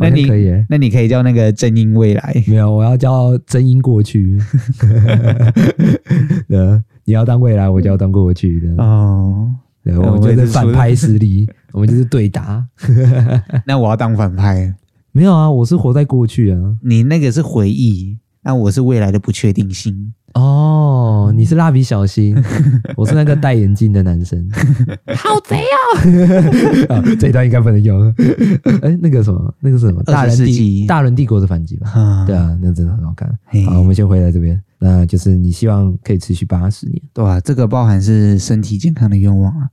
[SPEAKER 3] 那
[SPEAKER 2] 像
[SPEAKER 3] 你
[SPEAKER 2] 可以耶。
[SPEAKER 3] 那你可以叫那个正音未来。
[SPEAKER 2] 没有，我要叫真音过去。 对啊，你要当未来，我就要当过去的。
[SPEAKER 3] 哦，
[SPEAKER 2] 对，
[SPEAKER 3] 我
[SPEAKER 2] 啊我们就
[SPEAKER 3] 也
[SPEAKER 2] 是
[SPEAKER 3] 是
[SPEAKER 2] 反派势力， 我们就是对打。
[SPEAKER 3] 那我要当反派。
[SPEAKER 2] 没有啊，我是活在过去啊。
[SPEAKER 3] 你那个是回忆，那我是未来的不确定性。
[SPEAKER 2] 哦，你是蜡笔小 新，我是那个戴眼镜的男生，好贼哦！ 啊这一段应该不能用。 哎，那个什么，那个是什么，
[SPEAKER 3] 20
[SPEAKER 2] 大人
[SPEAKER 3] 世纪
[SPEAKER 2] 帝大人帝国的反击吧？
[SPEAKER 3] 啊
[SPEAKER 2] 对，啊，那真的很好看
[SPEAKER 3] 嘿。
[SPEAKER 2] 好，我们先回来这边，那就是你希望可以持续八十年。
[SPEAKER 3] 对啊，这个包含是身体健康的愿望啊，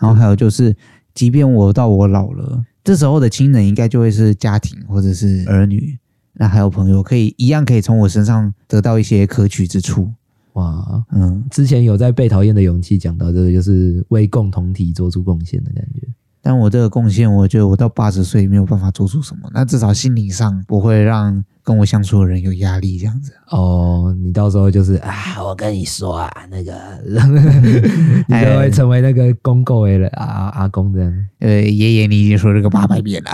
[SPEAKER 3] 然后还有就是，即便我到我老了，这时候的亲人应该就会是家庭或者是儿女，那还有朋友，可以一样可以从我身上得到一些可取之处。
[SPEAKER 2] 哇，
[SPEAKER 3] 嗯，
[SPEAKER 2] 之前有在《被讨厌的勇气》讲到这个，就是为共同体做出贡献的感觉。
[SPEAKER 3] 但我这个贡献，我觉得我到八十岁没有办法做出什么，那至少心理上不会让跟我相处的人有压力，这样子。
[SPEAKER 2] 哦，你到时候就是啊，我跟你说啊，那个， 你就会成为那个公狗的人啊阿公这样。
[SPEAKER 3] 呃，爷爷，你已经说这个八百遍了，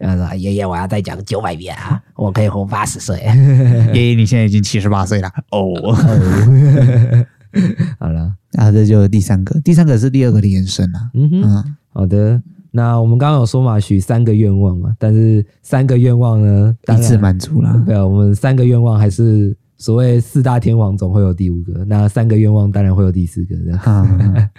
[SPEAKER 2] 然呃后说爷爷，我要再讲九百遍啊，我可以活八十岁。
[SPEAKER 3] 爷爷，你现在已经七十八岁了。 哦，
[SPEAKER 2] 好了，
[SPEAKER 3] 啊，这就是第三个，第三个是第二个的延伸啊。
[SPEAKER 2] 嗯哼，
[SPEAKER 3] 嗯，
[SPEAKER 2] 好的。那我们刚刚有说嘛，许三个愿望嘛，但是三个愿望呢，当
[SPEAKER 3] 一
[SPEAKER 2] 然
[SPEAKER 3] 次满足啦。
[SPEAKER 2] 对啊，我们三个愿望还是所谓四大天王总会有第五个，那三个愿望当然会有第四个。这样，
[SPEAKER 3] 啊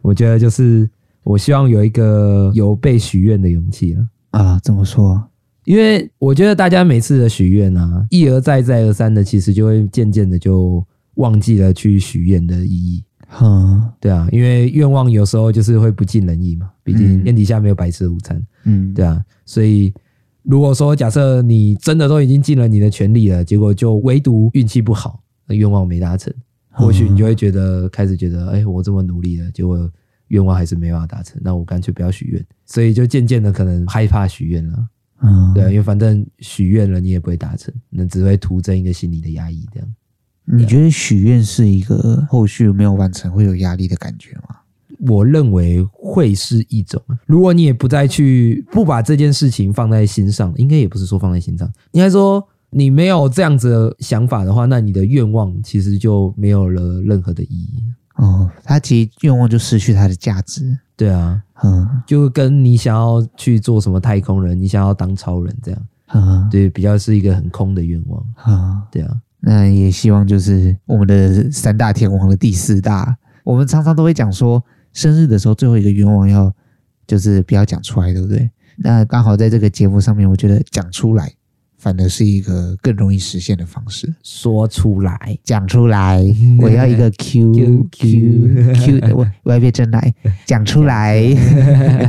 [SPEAKER 2] 我觉得就是我希望有一个有被许愿的勇气了。
[SPEAKER 3] 啊，怎么说？
[SPEAKER 2] 因为我觉得大家每次的许愿啊，一而再再而三的，其实就会渐渐的就忘记了去许愿的意义。
[SPEAKER 3] 哼，
[SPEAKER 2] 对啊，因为愿望有时候就是会不尽人意嘛，毕竟
[SPEAKER 3] 嗯
[SPEAKER 2] 天底下没有白吃的午餐。
[SPEAKER 3] 嗯，
[SPEAKER 2] 对啊，所以如果说假设你真的都已经尽了你的全力了，结果就唯独运气不好，那愿望没达成，或许你就会觉得开始觉得，哎、我这么努力了，结果愿望还是没办法达成，那我干脆不要许愿，所以就渐渐的可能害怕许愿了，
[SPEAKER 3] 嗯，
[SPEAKER 2] 对啊、因为反正许愿了你也不会达成，那只会徒增一个心理的压抑，这样。
[SPEAKER 3] 你觉得许愿是一个后续没有完成会有压力的感觉吗？
[SPEAKER 2] 我认为会是一种，啊如果你也不再去不把这件事情放在心上，应该也不是说放在心上，应该说你没有这样子的想法的话，那你的愿望其实就没有了任何的意义。
[SPEAKER 3] 哦，它其实愿望就失去它的价值。
[SPEAKER 2] 对啊，
[SPEAKER 3] 嗯
[SPEAKER 2] 就跟你想要去做什么太空人，你想要当超人这样，
[SPEAKER 3] 嗯
[SPEAKER 2] 对，比较是一个很空的愿望。
[SPEAKER 3] 嗯，
[SPEAKER 2] 对啊，
[SPEAKER 3] 那也希望就是我们的三大天王的第四大，我们常常都会讲说，生日的时候最后一个愿望要就是不要讲出来，对不对？那刚好在这个节目上面，我觉得讲出来反而是一个更容易实现的方式。
[SPEAKER 2] 说出来，
[SPEAKER 3] 讲出 来，我要一个 Q
[SPEAKER 2] Q
[SPEAKER 3] Q Q，我我要一杯真奶，讲出来。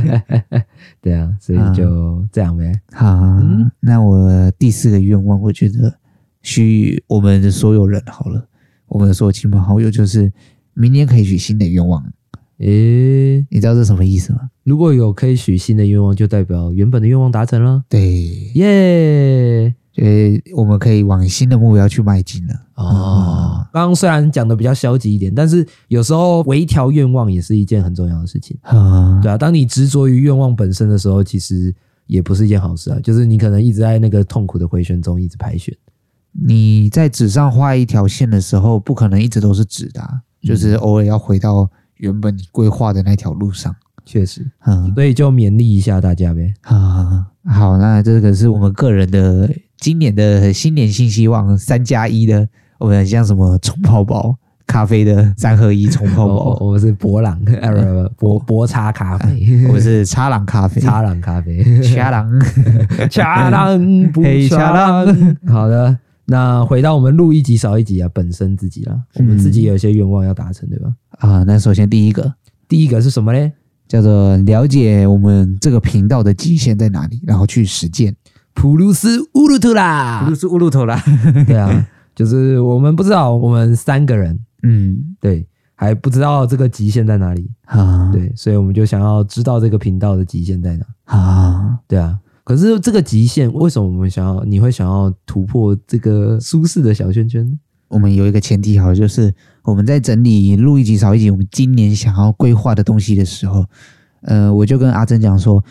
[SPEAKER 2] 对啊，所以就这样呗。
[SPEAKER 3] 好
[SPEAKER 2] 嗯，
[SPEAKER 3] 那我第四个愿望，我觉得许我们的所有人好了，我们的所有亲朋好友，就是明年可以许新的愿望。
[SPEAKER 2] 诶、
[SPEAKER 3] 你知道这什么意思吗？
[SPEAKER 2] 如果有可以许新的愿望，就代表原本的愿望达成了，
[SPEAKER 3] 对，
[SPEAKER 2] 耶、
[SPEAKER 3] 就是我们可以往新的目标去迈进了。
[SPEAKER 2] 哦，刚刚虽然讲的比较消极一点，但是有时候微调愿望也是一件很重要的事情，
[SPEAKER 3] 啊，
[SPEAKER 2] 对啊。当你执着于愿望本身的时候，其实也不是一件好事啊，就是你可能一直在那个痛苦的回旋中一直排选，
[SPEAKER 3] 你在纸上画一条线的时候，不可能一直都是直的啊、就是偶尔要回到原本你规划的那条路上。
[SPEAKER 2] 确实，
[SPEAKER 3] 嗯
[SPEAKER 2] 所以就勉励一下大家呗。
[SPEAKER 3] 啊，好，那这个是我们个人的今年的新年新希望三加一的，我们像什么冲泡包、咖啡的三合一冲泡
[SPEAKER 2] 我我
[SPEAKER 3] 包，
[SPEAKER 2] 我是博朗， 呃，不不博博茶咖啡，
[SPEAKER 3] 我是茶朗咖啡，
[SPEAKER 2] 茶朗咖啡，
[SPEAKER 3] 茶朗，
[SPEAKER 2] 恰当不
[SPEAKER 3] 嘿
[SPEAKER 2] 恰
[SPEAKER 3] 恰
[SPEAKER 2] 当。好的，那回到我们录一集少一集啊，本身自己啦，我们自己有一些愿望要达成，对吧？
[SPEAKER 3] 啊，那首先第一个
[SPEAKER 2] 第一个是什么呢？
[SPEAKER 3] 叫做了解我们这个频道的极限在哪里，然后去实践。
[SPEAKER 2] 普鲁斯乌鲁特啦，
[SPEAKER 3] 是乌路头啦，
[SPEAKER 2] 对啊，就是我们不知道，我们三个人
[SPEAKER 3] 嗯
[SPEAKER 2] 对还不知道这个极限在哪里，
[SPEAKER 3] 啊，
[SPEAKER 2] 对，所以我们就想要知道这个频道的极限在哪，
[SPEAKER 3] 啊，
[SPEAKER 2] 对啊。可是这个极限，为什么我们想要你会想要突破这个舒适的小圈圈呢？
[SPEAKER 3] 我们有一个前提，好了，就是我们在整理录一集少一集，我们今年想要规划的东西的时候，呃，我就跟阿珍讲说，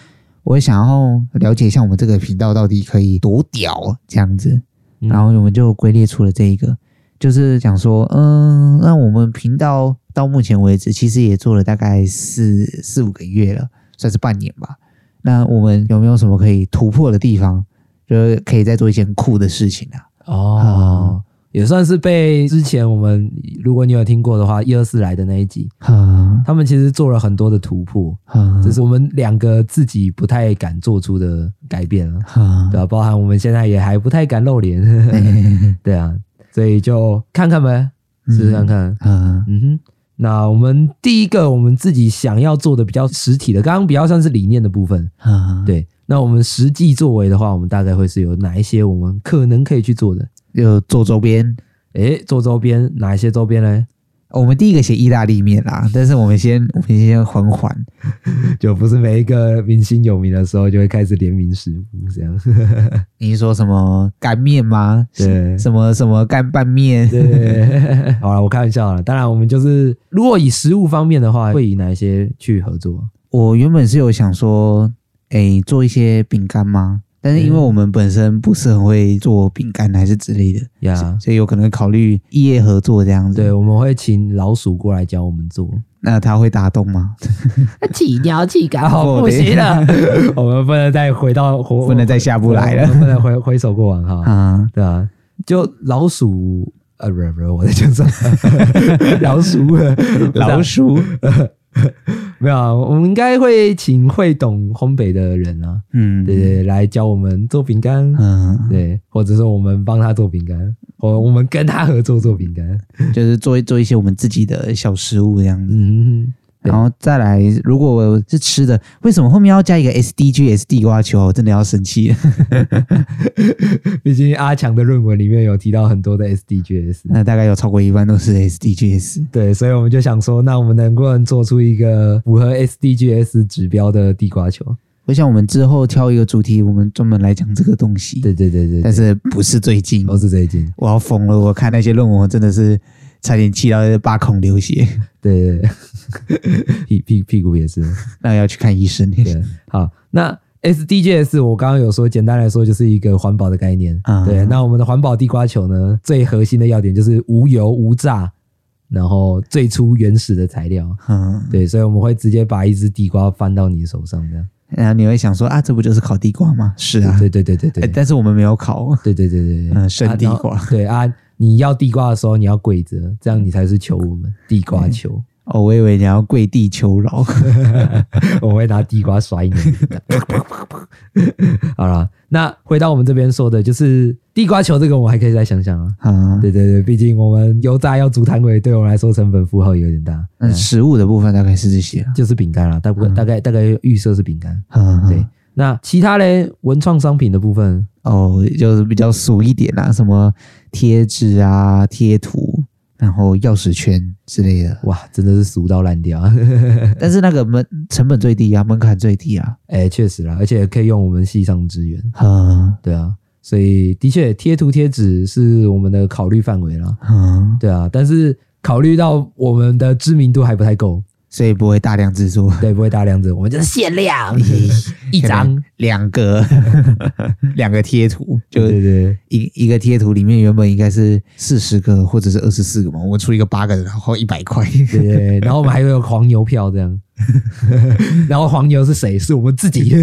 [SPEAKER 3] 我想要了解一下我们这个频道到底可以多屌这样子，
[SPEAKER 2] 嗯
[SPEAKER 3] 然后我们就归列出了这一个，就是讲说，嗯，那我们频道到目前为止其实也做了大概四四五个月了，算是半年吧。那我们有没有什么可以突破的地方？就是可以再做一些很酷的事情啊！
[SPEAKER 2] 哦，也算是被之前我们，如果你有听过的话，一二四来的那一集，
[SPEAKER 3] 啊
[SPEAKER 2] 他们其实做了很多的突破，
[SPEAKER 3] 啊
[SPEAKER 2] 这是我们两个自己不太敢做出的改变啊，
[SPEAKER 3] 啊
[SPEAKER 2] 对！吧、包含我们现在也还不太敢露脸， 对啊，所以就看看呗，试试看看。
[SPEAKER 3] 啊
[SPEAKER 2] 嗯哼，那我们第一个我们自己想要做的比较实体的，刚刚比较像是理念的部分，
[SPEAKER 3] 啊，
[SPEAKER 2] 对。那我们实际作为的话，我们大概会是有哪一些我们可能可以去做的？
[SPEAKER 3] 就做周边。
[SPEAKER 2] 诶，做周边哪一些周边呢？
[SPEAKER 3] 我们第一个写意大利面啦，但是我们先我们先缓缓，
[SPEAKER 2] 就不是每一个明星有名的时候就会开始联名食物这样。
[SPEAKER 3] 你是说什么干面吗？
[SPEAKER 2] 对
[SPEAKER 3] 什么什么干拌面？
[SPEAKER 2] 对，好了，我开玩笑了。当然，我们就是如果以食物方面的话，会以哪一些去合作？
[SPEAKER 3] 我原本是有想说，哎，做一些饼干吗？但是因为
[SPEAKER 2] 嗯
[SPEAKER 3] 我们本身不是很会做饼干还是之类的，
[SPEAKER 2] 呀、
[SPEAKER 3] 所以有可能考虑异业合作这样子。
[SPEAKER 2] 对，我们会请老鼠过来教我们做。
[SPEAKER 3] 那他会打动吗？
[SPEAKER 2] 起鸟气 感
[SPEAKER 3] 好哦不行
[SPEAKER 2] 了，我们不能再回到活，
[SPEAKER 3] 不能再下不来了
[SPEAKER 2] 我们不能回 回首过往哈。
[SPEAKER 3] 啊，
[SPEAKER 2] 对啊，就老鼠。呃，不是不是，我在 讲什么？老鼠，
[SPEAKER 3] 老鼠，
[SPEAKER 2] 没有啊，我们应该会请会懂烘焙的人啊，
[SPEAKER 3] 嗯，
[SPEAKER 2] 对对，对来教我们做饼干，
[SPEAKER 3] 嗯，
[SPEAKER 2] 对，或者说我们帮他做饼干，我我们跟他合作做饼干，
[SPEAKER 3] 就是做一做一些我们自己的小食物这样子。
[SPEAKER 2] 嗯，对
[SPEAKER 3] 然后再来，如果我是吃的，为什么后面要加一个 S D G S 地瓜球？我真的要生气了。
[SPEAKER 2] 毕竟阿强的论文里面有提到很多的 SDGs，
[SPEAKER 3] 那大概有超过一半都是 S D G S。
[SPEAKER 2] 对，所以我们就想说，那我们能不能做出一个符合 SDGs 指标的地瓜球？
[SPEAKER 3] 我想我们之后挑一个主题，我们专门来讲这个东西。，
[SPEAKER 2] 对对对哦对，
[SPEAKER 3] 但是不是最近？
[SPEAKER 2] 都是最近，
[SPEAKER 3] 我要疯了！我看那些论文，我真的是差点气到八孔流血。
[SPEAKER 2] 对对对， 屁屁屁股也是。
[SPEAKER 3] 那要去看医生。
[SPEAKER 2] 对，好，那 SDGs 我刚刚有说，简单来说就是一个环保的概念。
[SPEAKER 3] 啊
[SPEAKER 2] 对，那我们的环保地瓜球呢，最核心的要点就是无油无炸，然后最初原始的材料。
[SPEAKER 3] 嗯，
[SPEAKER 2] 对，所以我们会直接把一只地瓜翻到你手上，这样。
[SPEAKER 3] 然后你会想说啊，这不就是烤地瓜吗？是啊，
[SPEAKER 2] 对对对对对
[SPEAKER 3] 哎 但是我们没有烤。
[SPEAKER 2] 对对对对对，
[SPEAKER 3] 嗯生
[SPEAKER 2] 啊
[SPEAKER 3] 地
[SPEAKER 2] 然后
[SPEAKER 3] 瓜
[SPEAKER 2] 对啊，你要地瓜的时候你要跪着，这样你才是求我们地瓜 球。
[SPEAKER 3] 哦，我以为你要跪地求饶。
[SPEAKER 2] 我会拿地瓜甩你。 好啦，那回到我们这边说的，就是地瓜球这个，我们还可以再想想啊。
[SPEAKER 3] 啊，
[SPEAKER 2] 对对对，毕竟我们油炸要煮摊尾，对我们来说成本负荷有点大。
[SPEAKER 3] 嗯，食物的部分大概是这些啊了。
[SPEAKER 2] 就是饼干啦，大部分大概大概预设是饼干。
[SPEAKER 3] 嗯，
[SPEAKER 2] 对，那其他嘞，文创商品的部分，
[SPEAKER 3] 哦，就是比较俗一点啦、什么贴纸啊、贴图，然后钥匙圈之 类的。
[SPEAKER 2] 哇，真的是俗到烂掉。啊
[SPEAKER 3] 但是那个门成本最低啊，门槛最低啊。
[SPEAKER 2] 哎，确实啦，而且可以用我们系上资源。
[SPEAKER 3] 嗯
[SPEAKER 2] 对啊，所以的确贴图贴纸是我们的考虑范围啦。
[SPEAKER 3] 嗯
[SPEAKER 2] 对啊，但是考虑到我们的知名度还不太够，
[SPEAKER 3] 所以不会大量制作，
[SPEAKER 2] 对，不会大量子，我们就是限量一张，
[SPEAKER 3] 两个两个贴图，就
[SPEAKER 2] 对对对，
[SPEAKER 3] 一一个贴图里面原本应该是四十个或者是二十四个嘛，我出一个八个的，然后一百块，
[SPEAKER 2] 对对对，然后我们还会有黄牛票这样，然后黄牛是谁？是我们自己，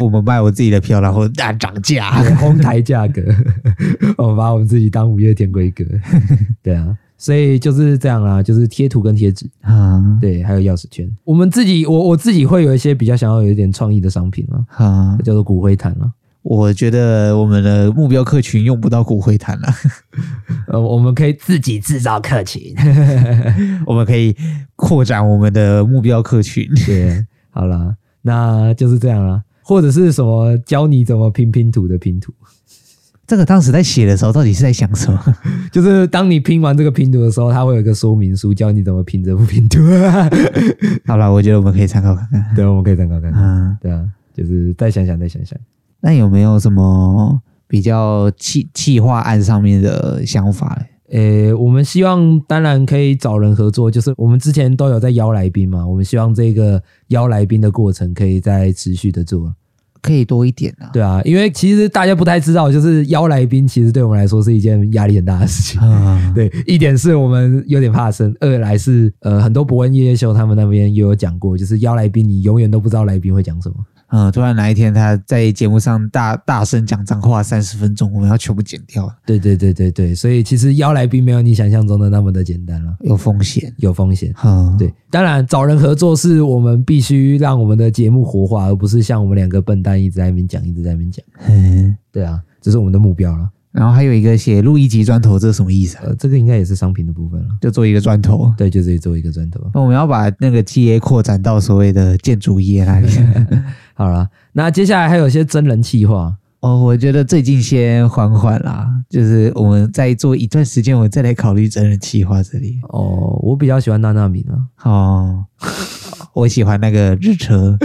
[SPEAKER 3] 我们卖我自己的票，然后啊涨价，
[SPEAKER 2] 哄抬价格，我们把我们自己当五月天规格，对啊，所以就是这样啦，就是贴图跟贴纸，
[SPEAKER 3] 啊
[SPEAKER 2] 对，还有钥匙圈，我们自己我我自己会有一些比较想要有一点创意的商品啊，
[SPEAKER 3] 啊！
[SPEAKER 2] 叫做骨灰坛啊，
[SPEAKER 3] 我觉得我们的目标客群用不到骨灰坛了，
[SPEAKER 2] 呃，我们可以自己制造客群，
[SPEAKER 3] 我们可以扩展我们的目标客群。
[SPEAKER 2] 对，好啦，那就是这样啦。或者是什么教你怎么拼拼图的拼图，
[SPEAKER 3] 这个当时在写的时候，到底是在想什么？
[SPEAKER 2] 就是当你拼完这个拼图的时候，它会有一个说明书教你怎么拼这副拼图。
[SPEAKER 3] 好了，我觉得我们可以参考看看
[SPEAKER 2] 对，我们可以参考看看。
[SPEAKER 3] 啊。
[SPEAKER 2] 对啊，就是再想想，再想想。
[SPEAKER 3] 那有没有什么比较企企划案上面的想法嘞？
[SPEAKER 2] 呃，我们希望当然可以找人合作，就是我们之前都有在邀来宾嘛，我们希望这个邀来宾的过程可以再持续的做。
[SPEAKER 3] 可以多一点啊。
[SPEAKER 2] 对啊，因为其实大家不太知道，就是邀来宾其实对我们来说是一件压力很大的事 情。
[SPEAKER 3] 啊，
[SPEAKER 2] 对，一点是我们有点怕生，二来是呃，很多伯恩夜夜秀他们那边也有讲过，就是邀来宾，你永远都不知道来宾会讲什么。
[SPEAKER 3] 嗯，突然哪一天他在节目上大大声讲脏话三十分钟，我们要全部剪掉，
[SPEAKER 2] 对对对对对，所以其实邀来宾没有你想象中的那么的简单了，
[SPEAKER 3] 有风险。
[SPEAKER 2] 有风险。
[SPEAKER 3] 嗯，
[SPEAKER 2] 对，当然找人合作是我们必须让我们的节目活化，而不是像我们两个笨蛋一直在那边讲，一直在那边讲。
[SPEAKER 3] 嗯，
[SPEAKER 2] 对啊，这是我们的目标了。
[SPEAKER 3] 然后还有一个写录一集砖头，这是什么意思啊？
[SPEAKER 2] 呃，这个应该也是商品的部分了。
[SPEAKER 3] 就做一个砖头。
[SPEAKER 2] 对，就自己做一个砖头。
[SPEAKER 3] 那我们要把那个 TA 扩展到所谓的建筑业那里。
[SPEAKER 2] 好了，那接下来还有一些真人企划。
[SPEAKER 3] 哦，我觉得最近先缓缓啦，就是我们再做一段时间，我再来考虑真人企划这里。
[SPEAKER 2] 哦，我比较喜欢娜娜米啊。
[SPEAKER 3] 哦，我喜欢那个日车。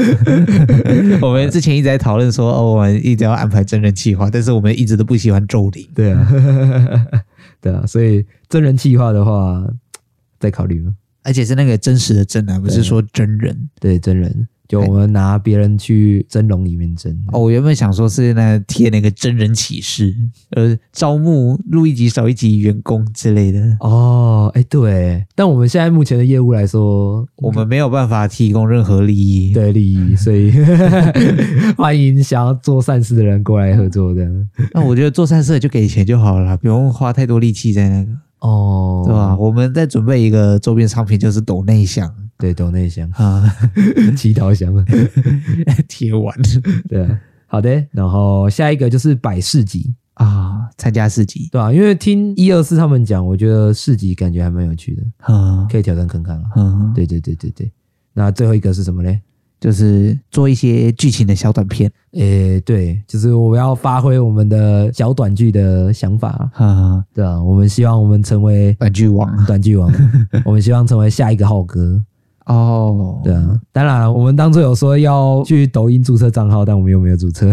[SPEAKER 3] 我们之前一直在讨论说，哦，我们一直要安排真人企划，但是我们一直都不喜欢周玲。
[SPEAKER 2] 对啊， 对啊，所以真人计划的话，再考虑吧。
[SPEAKER 3] 而且是那个真实的真啊，不是说真人。
[SPEAKER 2] 对，真人就我们拿别人去蒸笼里面蒸。
[SPEAKER 3] 哦，我原本想说是那贴那个真人启事，呃，招募录一集少一集员工之类的。
[SPEAKER 2] 哦，哎，对，但我们现在目前的业务来说，
[SPEAKER 3] 我们没有办法提供任何利益。，
[SPEAKER 2] 对利益，所以欢迎想要做善事的人过来合作这样。
[SPEAKER 3] 那我觉得做善事就给钱就好了啦，不用花太多力气在那个，
[SPEAKER 2] 哦，
[SPEAKER 3] 对吧？？我们再准备一个周边商品，就是抖内箱
[SPEAKER 2] 对，抖内箱、
[SPEAKER 3] 啊，
[SPEAKER 2] 乞讨箱，
[SPEAKER 3] 贴完
[SPEAKER 2] 对啊。好的，然后下一个就是摆市集，
[SPEAKER 3] 啊，参加市集
[SPEAKER 2] 对吧、因为听一二四他们讲，我觉得市集感觉还蛮有趣的，
[SPEAKER 3] 啊，
[SPEAKER 2] 可以挑战看看啊。
[SPEAKER 3] 嗯，对，
[SPEAKER 2] 对对对对对。那最后一个是什么嘞？
[SPEAKER 3] 就是做一些剧情的小短片
[SPEAKER 2] 诶，对，就是我们要发挥我们的小短剧的想法啊，
[SPEAKER 3] 啊，
[SPEAKER 2] 对啊，我们希望我们成为
[SPEAKER 3] 短剧王
[SPEAKER 2] 短剧王，我们希望成为下一个浩哥，
[SPEAKER 3] 哦，
[SPEAKER 2] 对啊。当然了，我们当初有说要去抖音注册账号，但我们又没有注 册。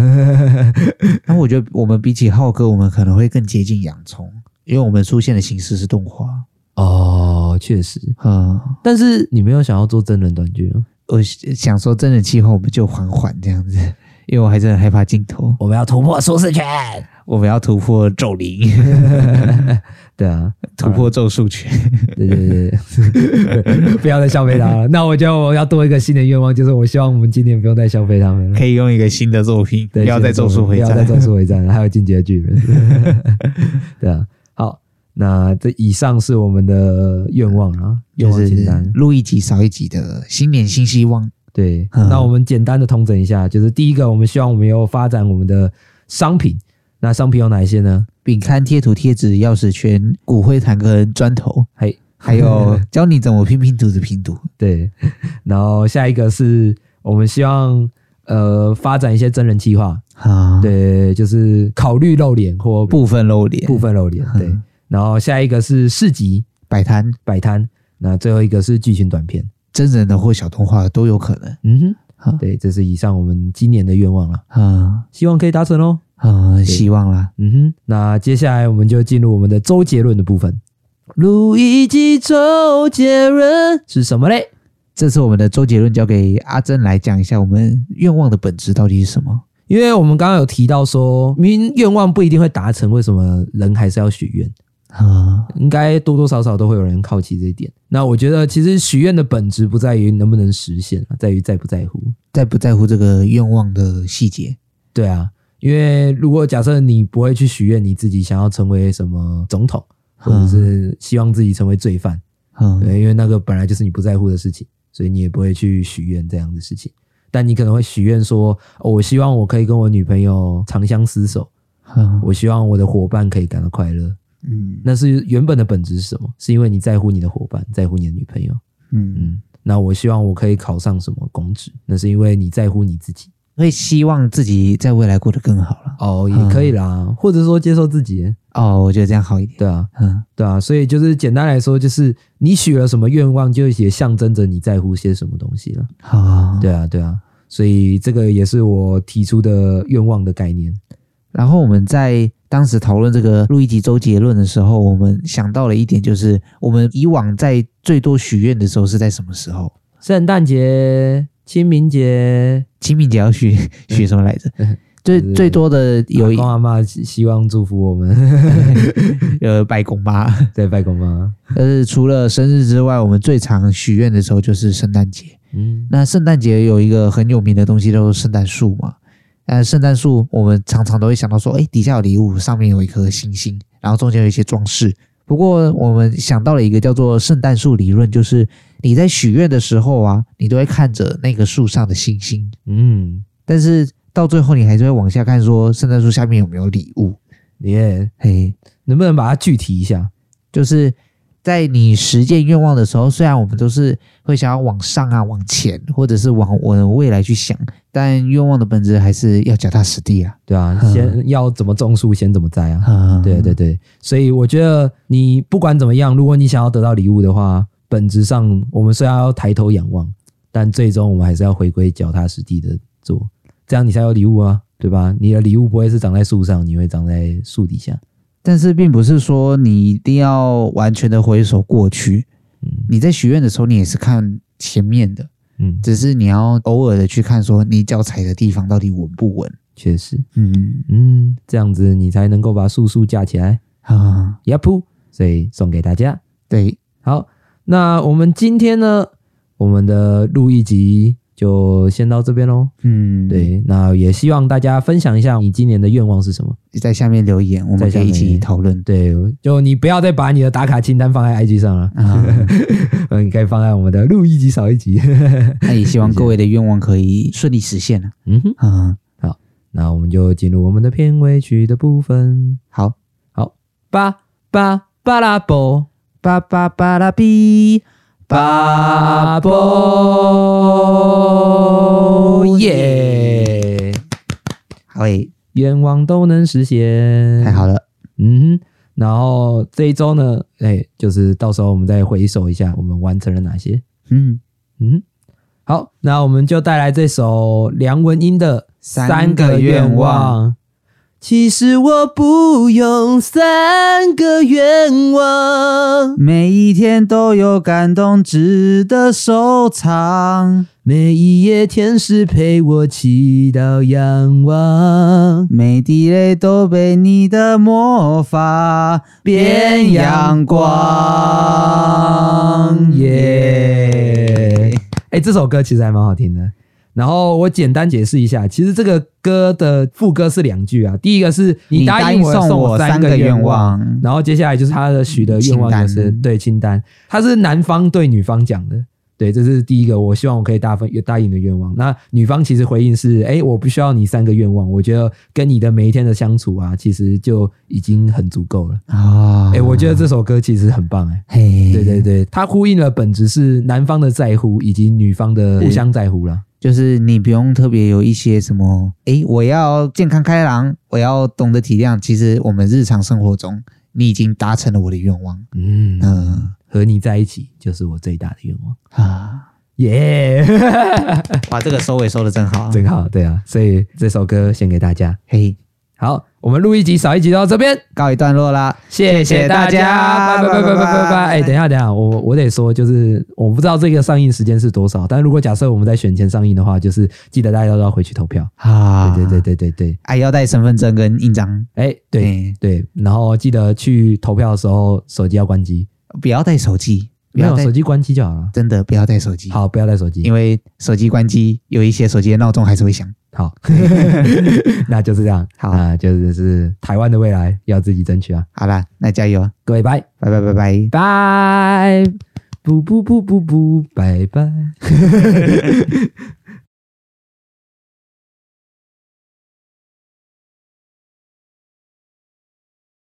[SPEAKER 3] 那我觉得我们比起浩哥，我们可能会更接近洋葱，因为我们出现的形式是动画。
[SPEAKER 2] 哦，确实，
[SPEAKER 3] 嗯，
[SPEAKER 2] 但是你没有想要做真人短剧吗？
[SPEAKER 3] 我想说真人计划，我们就缓缓这样子，因为我还是很害怕镜头。
[SPEAKER 2] 我们要突破舒适圈，
[SPEAKER 3] 我们要突破咒 灵，
[SPEAKER 2] 对啊，
[SPEAKER 3] 突破咒术圈。
[SPEAKER 2] 对对对 对，不要再消费他了。那我觉得我要多一个新的愿望，就是我希望我们今年不用再消费他 们了。
[SPEAKER 3] 可以用一个新的作品，不
[SPEAKER 2] 对，
[SPEAKER 3] 要再咒术回
[SPEAKER 2] 不要
[SPEAKER 3] 战
[SPEAKER 2] 再。咒术回战，还有进阶巨人。 对啊，好，那这以上是我们的愿望啊，愿
[SPEAKER 3] 就
[SPEAKER 2] 望
[SPEAKER 3] 是
[SPEAKER 2] 清单。
[SPEAKER 3] 录一集少一集的新年新希望。
[SPEAKER 2] 对，
[SPEAKER 3] 嗯
[SPEAKER 2] 那我们简单的统整一下，就是第一个，我们希望我们有发展我们的商品。那商品有哪一些呢？
[SPEAKER 3] 饼干、贴图、贴纸、钥匙圈、骨灰坛跟砖头，
[SPEAKER 2] 嘿，
[SPEAKER 3] 还有教你怎么拼拼图的拼图。
[SPEAKER 2] 对，然后下一个是我们希望呃发展一些真人计划，
[SPEAKER 3] 啊，，
[SPEAKER 2] 对，就是考虑露脸或部
[SPEAKER 3] 部分露脸，
[SPEAKER 2] 部分露脸，对
[SPEAKER 3] 嗯。
[SPEAKER 2] 然后下一个是市集
[SPEAKER 3] 摆摊，
[SPEAKER 2] 摆摊，那最后一个是剧情短片。
[SPEAKER 3] 真人的或小动画的都有可能。
[SPEAKER 2] 嗯
[SPEAKER 3] 好
[SPEAKER 2] 哼，对，这是以上我们今年的愿望了，
[SPEAKER 3] 啊
[SPEAKER 2] 希望可以达成哦。
[SPEAKER 3] 啊，希望啦。
[SPEAKER 2] 嗯哼，那接下来我们就进入我们的周杰伦的部分。路易吉周杰伦是什么嘞？
[SPEAKER 3] 这次我们的周杰伦交给阿珍来讲一下，我们愿望的本质到底是什么？
[SPEAKER 2] 因为我们刚刚有提到说，明明愿望不一定会达成，为什么人还是要许愿？
[SPEAKER 3] 啊，
[SPEAKER 2] 应该多多少少都会有人好奇这一点。那我觉得，其实许愿的本质不在于能不能实现啊，在于在不在乎。
[SPEAKER 3] 在不在乎这个愿望的细节？
[SPEAKER 2] 对啊，因为如果假设你不会去许愿，你自己想要成为什么总统，或者是希望自己成为罪犯，
[SPEAKER 3] 嗯，
[SPEAKER 2] 对，因为那个本来就是你不在乎的事情，所以你也不会去许愿这样的事情。但你可能会许愿说、哦我希望我可以跟我女朋友长相厮守，
[SPEAKER 3] 嗯
[SPEAKER 2] 我希望我的伙伴可以感到快乐。
[SPEAKER 3] 嗯
[SPEAKER 2] 那是原本的本质是什么？是因为你在乎你的伙伴，在乎你的女朋友。
[SPEAKER 3] 嗯，
[SPEAKER 2] 嗯，那我希望我可以考上什么公职，那是因为你在乎你自己。
[SPEAKER 3] 会希望自己在未来过得更好了。
[SPEAKER 2] 哦，也可以啦，或者说接受自己。
[SPEAKER 3] 哦，我觉得这样好一点。
[SPEAKER 2] 对啊，
[SPEAKER 3] 嗯
[SPEAKER 2] 对啊，所以就是简单来说，就是你许了什么愿望，就也象征着你在乎些什么东西了。
[SPEAKER 3] 好好，好
[SPEAKER 2] 对啊，对啊，所以这个也是我提出的愿望的概念。
[SPEAKER 3] 然后我们在当时讨论这个路易吉周杰伦的时候，我们想到了一点，就是我们以往在最多许愿的时候是在什么时候？
[SPEAKER 2] 圣诞节、清明节，
[SPEAKER 3] 清明节要许 许什么来着
[SPEAKER 2] 嗯？
[SPEAKER 3] 最
[SPEAKER 2] 就是
[SPEAKER 3] 最多的有
[SPEAKER 2] 阿
[SPEAKER 3] 一
[SPEAKER 2] 公阿妈希望祝福我 们，
[SPEAKER 3] 呃白宫吧，
[SPEAKER 2] 对，拜公妈。
[SPEAKER 3] 但是除了生日之外，我们最常许愿的时候就是圣诞节。
[SPEAKER 2] 嗯，
[SPEAKER 3] 那圣诞节有一个很有名的东西叫做圣诞树嘛，但圣诞树我们常常都会想到说，哎，底下有礼物，上面有一颗星星，然后中间有一些装饰。不过我们想到了一个叫做圣诞树理论，就是你在许愿的时候啊，你都会看着那个树上的星星，
[SPEAKER 2] 嗯，
[SPEAKER 3] 但是到最后你还是会往下看，说圣诞树下面有没有礼物。
[SPEAKER 2] 耶，
[SPEAKER 3] 嘿，
[SPEAKER 2] 能不能把它具体一下？
[SPEAKER 3] 就是在你实践愿望的时候，虽然我们都是会想要往上啊、往前，或者是往我的未来去想，但愿望的本质还是要脚踏实地 啊。
[SPEAKER 2] 对 啊，
[SPEAKER 3] 嗯
[SPEAKER 2] 先要怎么种树，先怎么栽啊？
[SPEAKER 3] 啊，
[SPEAKER 2] 对对，对，所以我觉得你不管怎么样，如果你想要得到礼物的话，本质上我们虽然要抬头仰望，但最终我们还是要回归脚踏实地的做，这样你才有礼物啊，对吧？你的礼物不会是长在树上，你会长在树底下。
[SPEAKER 3] 但是并不是说你一定要完全的回首过去，
[SPEAKER 2] 嗯
[SPEAKER 3] 你在许愿的时候，你也是看前面的，
[SPEAKER 2] 嗯，
[SPEAKER 3] 只是你要偶尔的去看，说你脚踩的地方到底稳不稳。
[SPEAKER 2] 确实，
[SPEAKER 3] 嗯
[SPEAKER 2] 嗯，这样子你才能够把树树架起来。
[SPEAKER 3] 啊，
[SPEAKER 2] y e p 所以送给大家。
[SPEAKER 3] 对，
[SPEAKER 2] 好，那我们今天呢，我们的录一集就先到这边喽。
[SPEAKER 3] 嗯，
[SPEAKER 2] 对，那也希望大家分享一下你今年的愿望是什么。
[SPEAKER 3] 在下面留言，我
[SPEAKER 2] 在
[SPEAKER 3] 们
[SPEAKER 2] 下
[SPEAKER 3] 可以一起
[SPEAKER 2] 面
[SPEAKER 3] 讨论。
[SPEAKER 2] 对，就你不要再把你的打卡清单放在 IG 上了，
[SPEAKER 3] 啊，
[SPEAKER 2] 嗯，你可以放在我们的录一集少一集。
[SPEAKER 3] 那也希望各位的愿望可以顺利实现啊。
[SPEAKER 2] 嗯哼，
[SPEAKER 3] 嗯，
[SPEAKER 2] 那我们就进入我们的片尾曲的部分。
[SPEAKER 3] 好，
[SPEAKER 2] 巴巴巴拉波，
[SPEAKER 3] 巴巴巴拉比，
[SPEAKER 2] 巴
[SPEAKER 3] 巴
[SPEAKER 2] 波
[SPEAKER 3] 波
[SPEAKER 2] 耶，
[SPEAKER 3] 好诶，
[SPEAKER 2] 愿望都能实现。
[SPEAKER 3] 太好了，
[SPEAKER 2] 嗯哼，然后这一周呢，哎、就是到时候我们再回首一下，我们完成了哪些。
[SPEAKER 3] 嗯，
[SPEAKER 2] 嗯哼，好，那我们就带来这首梁文音的《
[SPEAKER 3] 三个愿望》。
[SPEAKER 2] 其实我不用三个愿望，
[SPEAKER 3] 每一天都有感动值得收藏，
[SPEAKER 2] 每一夜天使陪我祈祷仰望。
[SPEAKER 3] 每滴泪都被你的魔法
[SPEAKER 2] 变阳光耶哎、这首歌其实还蛮好听的。然后我简单解释一下，其实这个歌的副歌是两句啊，第一个是你
[SPEAKER 3] 你
[SPEAKER 2] 答
[SPEAKER 3] 答
[SPEAKER 2] 应
[SPEAKER 3] 应
[SPEAKER 2] 我
[SPEAKER 3] 送
[SPEAKER 2] 送我
[SPEAKER 3] 我
[SPEAKER 2] 三
[SPEAKER 3] 三
[SPEAKER 2] 个
[SPEAKER 3] 个
[SPEAKER 2] 愿
[SPEAKER 3] 愿
[SPEAKER 2] 望，
[SPEAKER 3] 望，
[SPEAKER 2] 然后接下来就是他的许的愿望就是
[SPEAKER 3] 清单
[SPEAKER 2] 对清单，他是男方对女方讲的，对，这是第一个，我希望我可以大分答应你的愿望。那女方其实回应是，哎，我不需要你三个愿望，我觉得跟你的每一天的相处啊，其实就已经很足够了。
[SPEAKER 3] 啊，
[SPEAKER 2] 哎，我觉得这首歌其实很棒，哎。
[SPEAKER 3] 嘿，
[SPEAKER 2] 对对，对，它呼应了本质是男方的在乎以及女方的
[SPEAKER 3] 嗯
[SPEAKER 2] 互相在乎啦。
[SPEAKER 3] 就是你不用特别有一些什么，诶，我要健康开朗，我要懂得体谅。其实我们日常生活中，你已经达成了我的愿望。
[SPEAKER 2] 嗯，
[SPEAKER 3] 嗯
[SPEAKER 2] 和你在一起就是我最大的愿望。
[SPEAKER 3] 啊，
[SPEAKER 2] 耶、
[SPEAKER 3] 哎哇，这个收尾收的真好啊，
[SPEAKER 2] 真好，对啊，所以这首歌献给大家。
[SPEAKER 3] 嘿，
[SPEAKER 2] 好，我们录一集少一集到这边，
[SPEAKER 3] 告一段落啦。
[SPEAKER 2] 谢
[SPEAKER 3] 谢
[SPEAKER 2] 大
[SPEAKER 3] 大
[SPEAKER 2] 拜拜拜
[SPEAKER 3] 家
[SPEAKER 2] 拜
[SPEAKER 3] 拜拜
[SPEAKER 2] 拜拜。哎，等一下等一下，我我得说，就是我不知道这个上映时间是多少，但如果假设我们在选前上映的话，就是记得大家都要回去投票。
[SPEAKER 3] 啊，
[SPEAKER 2] 对对，对对对对，
[SPEAKER 3] 哎，要带身份证跟印章，
[SPEAKER 2] 哎对
[SPEAKER 3] 哎
[SPEAKER 2] 对，然后记得去投票的时候手机要关机，
[SPEAKER 3] 不要带手机，不
[SPEAKER 2] 没
[SPEAKER 3] 要
[SPEAKER 2] 有
[SPEAKER 3] 带
[SPEAKER 2] 手，机关机就好了。
[SPEAKER 3] 真的不要带手机，，
[SPEAKER 2] 好，不要带手机
[SPEAKER 3] 因。为手机关机，有一些手机的闹钟还是会响。
[SPEAKER 2] 好， 那就是这样。
[SPEAKER 3] 好
[SPEAKER 2] 啊，就是是台湾的未来要自己争取啊！
[SPEAKER 3] 好啦，那加油啊，
[SPEAKER 2] 各位拜
[SPEAKER 3] 拜拜拜拜。
[SPEAKER 2] 拜，不不不不不，拜拜。